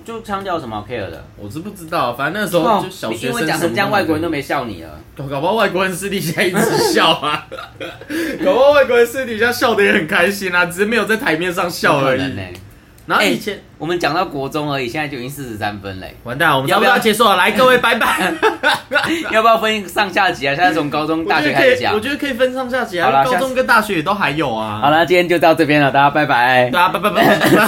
[SPEAKER 2] 就腔调有什么好 care 的？哦
[SPEAKER 1] 我是不知道，啊反正那时候就小
[SPEAKER 2] 你
[SPEAKER 1] 学
[SPEAKER 2] 因
[SPEAKER 1] 生
[SPEAKER 2] 为讲
[SPEAKER 1] 什么
[SPEAKER 2] 成
[SPEAKER 1] 都
[SPEAKER 2] 这样，外国人都
[SPEAKER 1] 没
[SPEAKER 2] 没笑你了。
[SPEAKER 1] 搞，搞不好外国人私底下一直笑啊， 搞不好外国人私底下笑的也很开心啊，只是没有在台面上笑而
[SPEAKER 2] 不可能
[SPEAKER 1] 已。
[SPEAKER 2] 欸
[SPEAKER 1] 然后
[SPEAKER 2] 哎
[SPEAKER 1] 以前、。
[SPEAKER 2] 我们讲到国中而已，现在就已经四十三分嘞
[SPEAKER 1] 完蛋了，我们要
[SPEAKER 2] 要
[SPEAKER 1] 不
[SPEAKER 2] 不要啊
[SPEAKER 1] 要结束了？来，各位拜 拜。
[SPEAKER 2] 要不要分上下集啊？现在从高中、大学开始讲
[SPEAKER 1] 我。觉得可以，我觉得可以分上下集
[SPEAKER 2] 好
[SPEAKER 1] 啊，
[SPEAKER 2] 啦
[SPEAKER 1] 高
[SPEAKER 2] 下
[SPEAKER 1] 中
[SPEAKER 2] 次
[SPEAKER 1] 跟大学也都还有啊。
[SPEAKER 2] 好了，今天就到这边了，大家拜拜
[SPEAKER 1] 对。啊，拜拜 拜拜，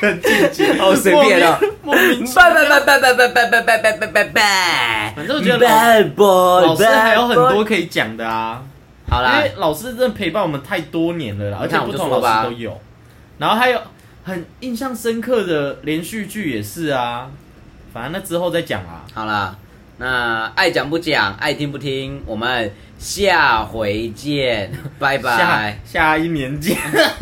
[SPEAKER 1] 很禁忌，
[SPEAKER 2] 好随便啊
[SPEAKER 1] 莫名，莫名其妙
[SPEAKER 2] 拜拜拜拜拜拜拜拜拜拜拜拜。
[SPEAKER 1] 反正我觉得老
[SPEAKER 2] 拜拜，
[SPEAKER 1] 老
[SPEAKER 2] 老
[SPEAKER 1] 师还有很多。可以讲的啊，
[SPEAKER 2] 好
[SPEAKER 1] 因
[SPEAKER 2] 啦
[SPEAKER 1] 为，老师真的陪伴我们太多年了啦，而
[SPEAKER 2] 你
[SPEAKER 1] 且
[SPEAKER 2] 看
[SPEAKER 1] 不同
[SPEAKER 2] 我就说吧
[SPEAKER 1] 老师都有，然后还有很印象深刻的连续剧也是啊，反正那之后再讲啊啦，
[SPEAKER 2] 好啦，那爱讲不讲，爱听不听，我们下回见， 拜拜。
[SPEAKER 1] 下下一年见，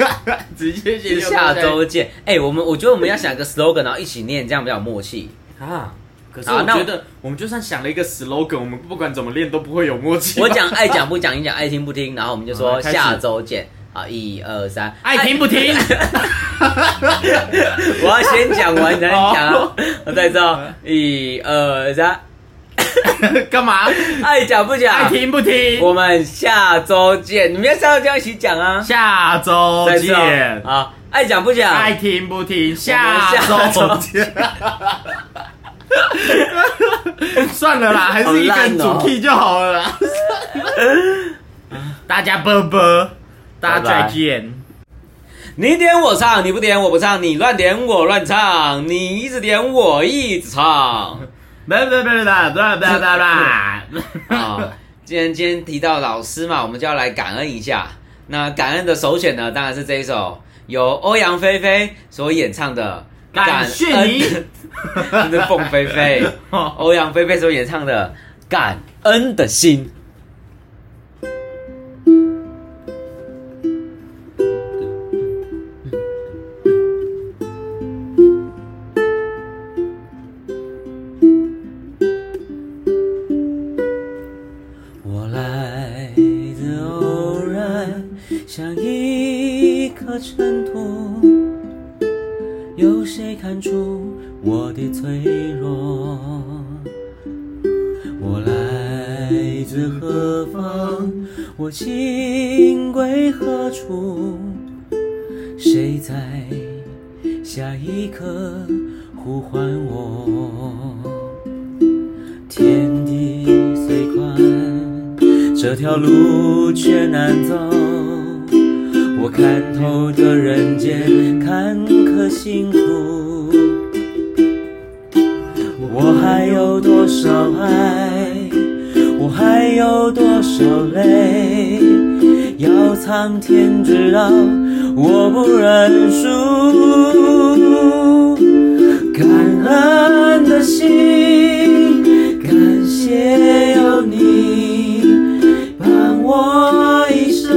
[SPEAKER 1] 直接写
[SPEAKER 2] 是下周见。哎、我们我觉得我们要想一个 slogan，然后一起念，这样比较有默契。
[SPEAKER 1] 啊。可是
[SPEAKER 2] 好
[SPEAKER 1] 我
[SPEAKER 2] 那我
[SPEAKER 1] 觉得，我们就算想了一个 slogan，我们不管怎么练都不会有默契吧。
[SPEAKER 2] 我讲爱讲不讲，你讲爱听不听，然后我们就
[SPEAKER 1] 好
[SPEAKER 2] 说
[SPEAKER 1] 来开始
[SPEAKER 2] 下周见。好，一二三，哎
[SPEAKER 1] 爱听不 听，
[SPEAKER 2] 啊我要先讲完才能讲
[SPEAKER 1] 好
[SPEAKER 2] 啊。我再说，一二三，
[SPEAKER 1] 干嘛？
[SPEAKER 2] 爱讲不
[SPEAKER 1] 爱
[SPEAKER 2] 讲？
[SPEAKER 1] 听不听？
[SPEAKER 2] 我们下周见。你们要下周就要一起讲啊。
[SPEAKER 1] 下周
[SPEAKER 2] 再次
[SPEAKER 1] 哦见。
[SPEAKER 2] 啊，爱讲不讲？
[SPEAKER 1] 爱听不听，
[SPEAKER 2] 我
[SPEAKER 1] 下
[SPEAKER 2] 们下
[SPEAKER 1] 周
[SPEAKER 2] 周
[SPEAKER 1] 见。 算了啦，还是一个人
[SPEAKER 2] 好烂
[SPEAKER 1] 主
[SPEAKER 2] 哦
[SPEAKER 1] key 就好了 啦。大家啵啵，大家
[SPEAKER 2] 拜
[SPEAKER 1] 再
[SPEAKER 2] 拜
[SPEAKER 1] 见。
[SPEAKER 2] 你点我唱，你不点我不唱，你乱点我乱唱，你一直点我一直唱。
[SPEAKER 1] 拜拜拜拜拜拜拜拜。
[SPEAKER 2] 啊，既然今天提到老师嘛，我们就要来感恩一下。那感恩的首选呢，当然是这一首由欧阳菲菲所演唱的《
[SPEAKER 1] 感谢你
[SPEAKER 2] 恩 真的凤飞飞，欧阳菲菲所演唱的《感恩的心》。我来的偶然，像一颗尘土，有谁看出我的脆弱？我来自何方？我情归何处？谁在下一刻呼唤我？天地虽宽，这条路却难走。我看透这人间坎坷辛苦，我还有多少爱？我还有多少泪？要苍天知道，我不认输。感恩的心，感谢有你伴我一生，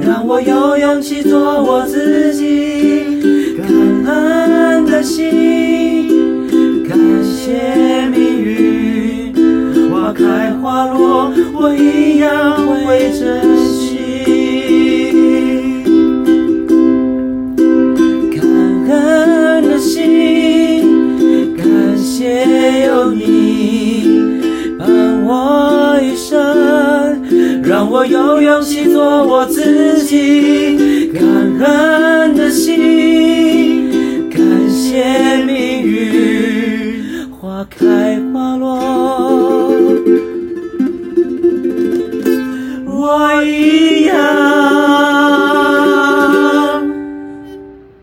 [SPEAKER 2] 让我有勇气做我自己。感恩的心，感谢命运，花开花落，我一样会珍惜。感恩的心，感谢有你伴我一生，让我有勇气做我自己。感恩的心，感谢命运，花开花落，我一样。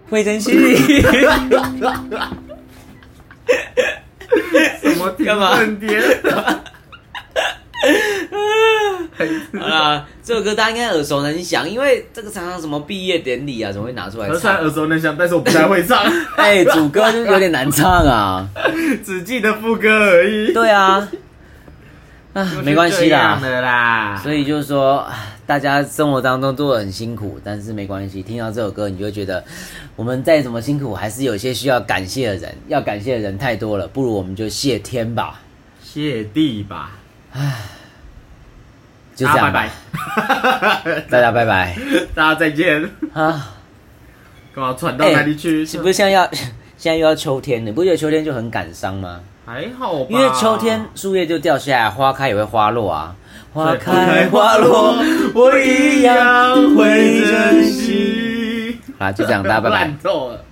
[SPEAKER 2] 会珍惜。
[SPEAKER 1] 什么停
[SPEAKER 2] 干嘛
[SPEAKER 1] 顿点？
[SPEAKER 2] 好啦，这首歌大家应该耳熟能详，因为这个常常什么毕业典礼啊，怎么会 拿出来
[SPEAKER 1] 我虽然
[SPEAKER 2] 唱？
[SPEAKER 1] 耳熟能详，但是我不太会唱，
[SPEAKER 2] 哎、主歌就是有点难唱 啊。
[SPEAKER 1] 只记得副歌而已。
[SPEAKER 2] 对啊，啊， 没关系啦
[SPEAKER 1] 就是这样。的啦。
[SPEAKER 2] 所以就是说，啊大家生活当中都很辛苦，但是没关系，听到这首歌，你就会觉得，我们再怎么辛苦，还是有一些需要感谢的人，要感谢的人太多了，不如我们就谢天吧，
[SPEAKER 1] 谢地吧，
[SPEAKER 2] 就这样、
[SPEAKER 1] 大家拜，拜，
[SPEAKER 2] 大家拜拜
[SPEAKER 1] 大家再见。
[SPEAKER 2] 啊。
[SPEAKER 1] 干嘛传到哪里去？
[SPEAKER 2] 哎是不是现在要现在又要秋天了？你不觉得秋天就很感伤吗？
[SPEAKER 1] 还好吧，
[SPEAKER 2] 因为秋天树叶就掉下来，花开也会花落啊。花
[SPEAKER 1] 对
[SPEAKER 2] 开花落， 我一样会珍惜。。好啦，就这样，大家拜拜
[SPEAKER 1] 烂。透了。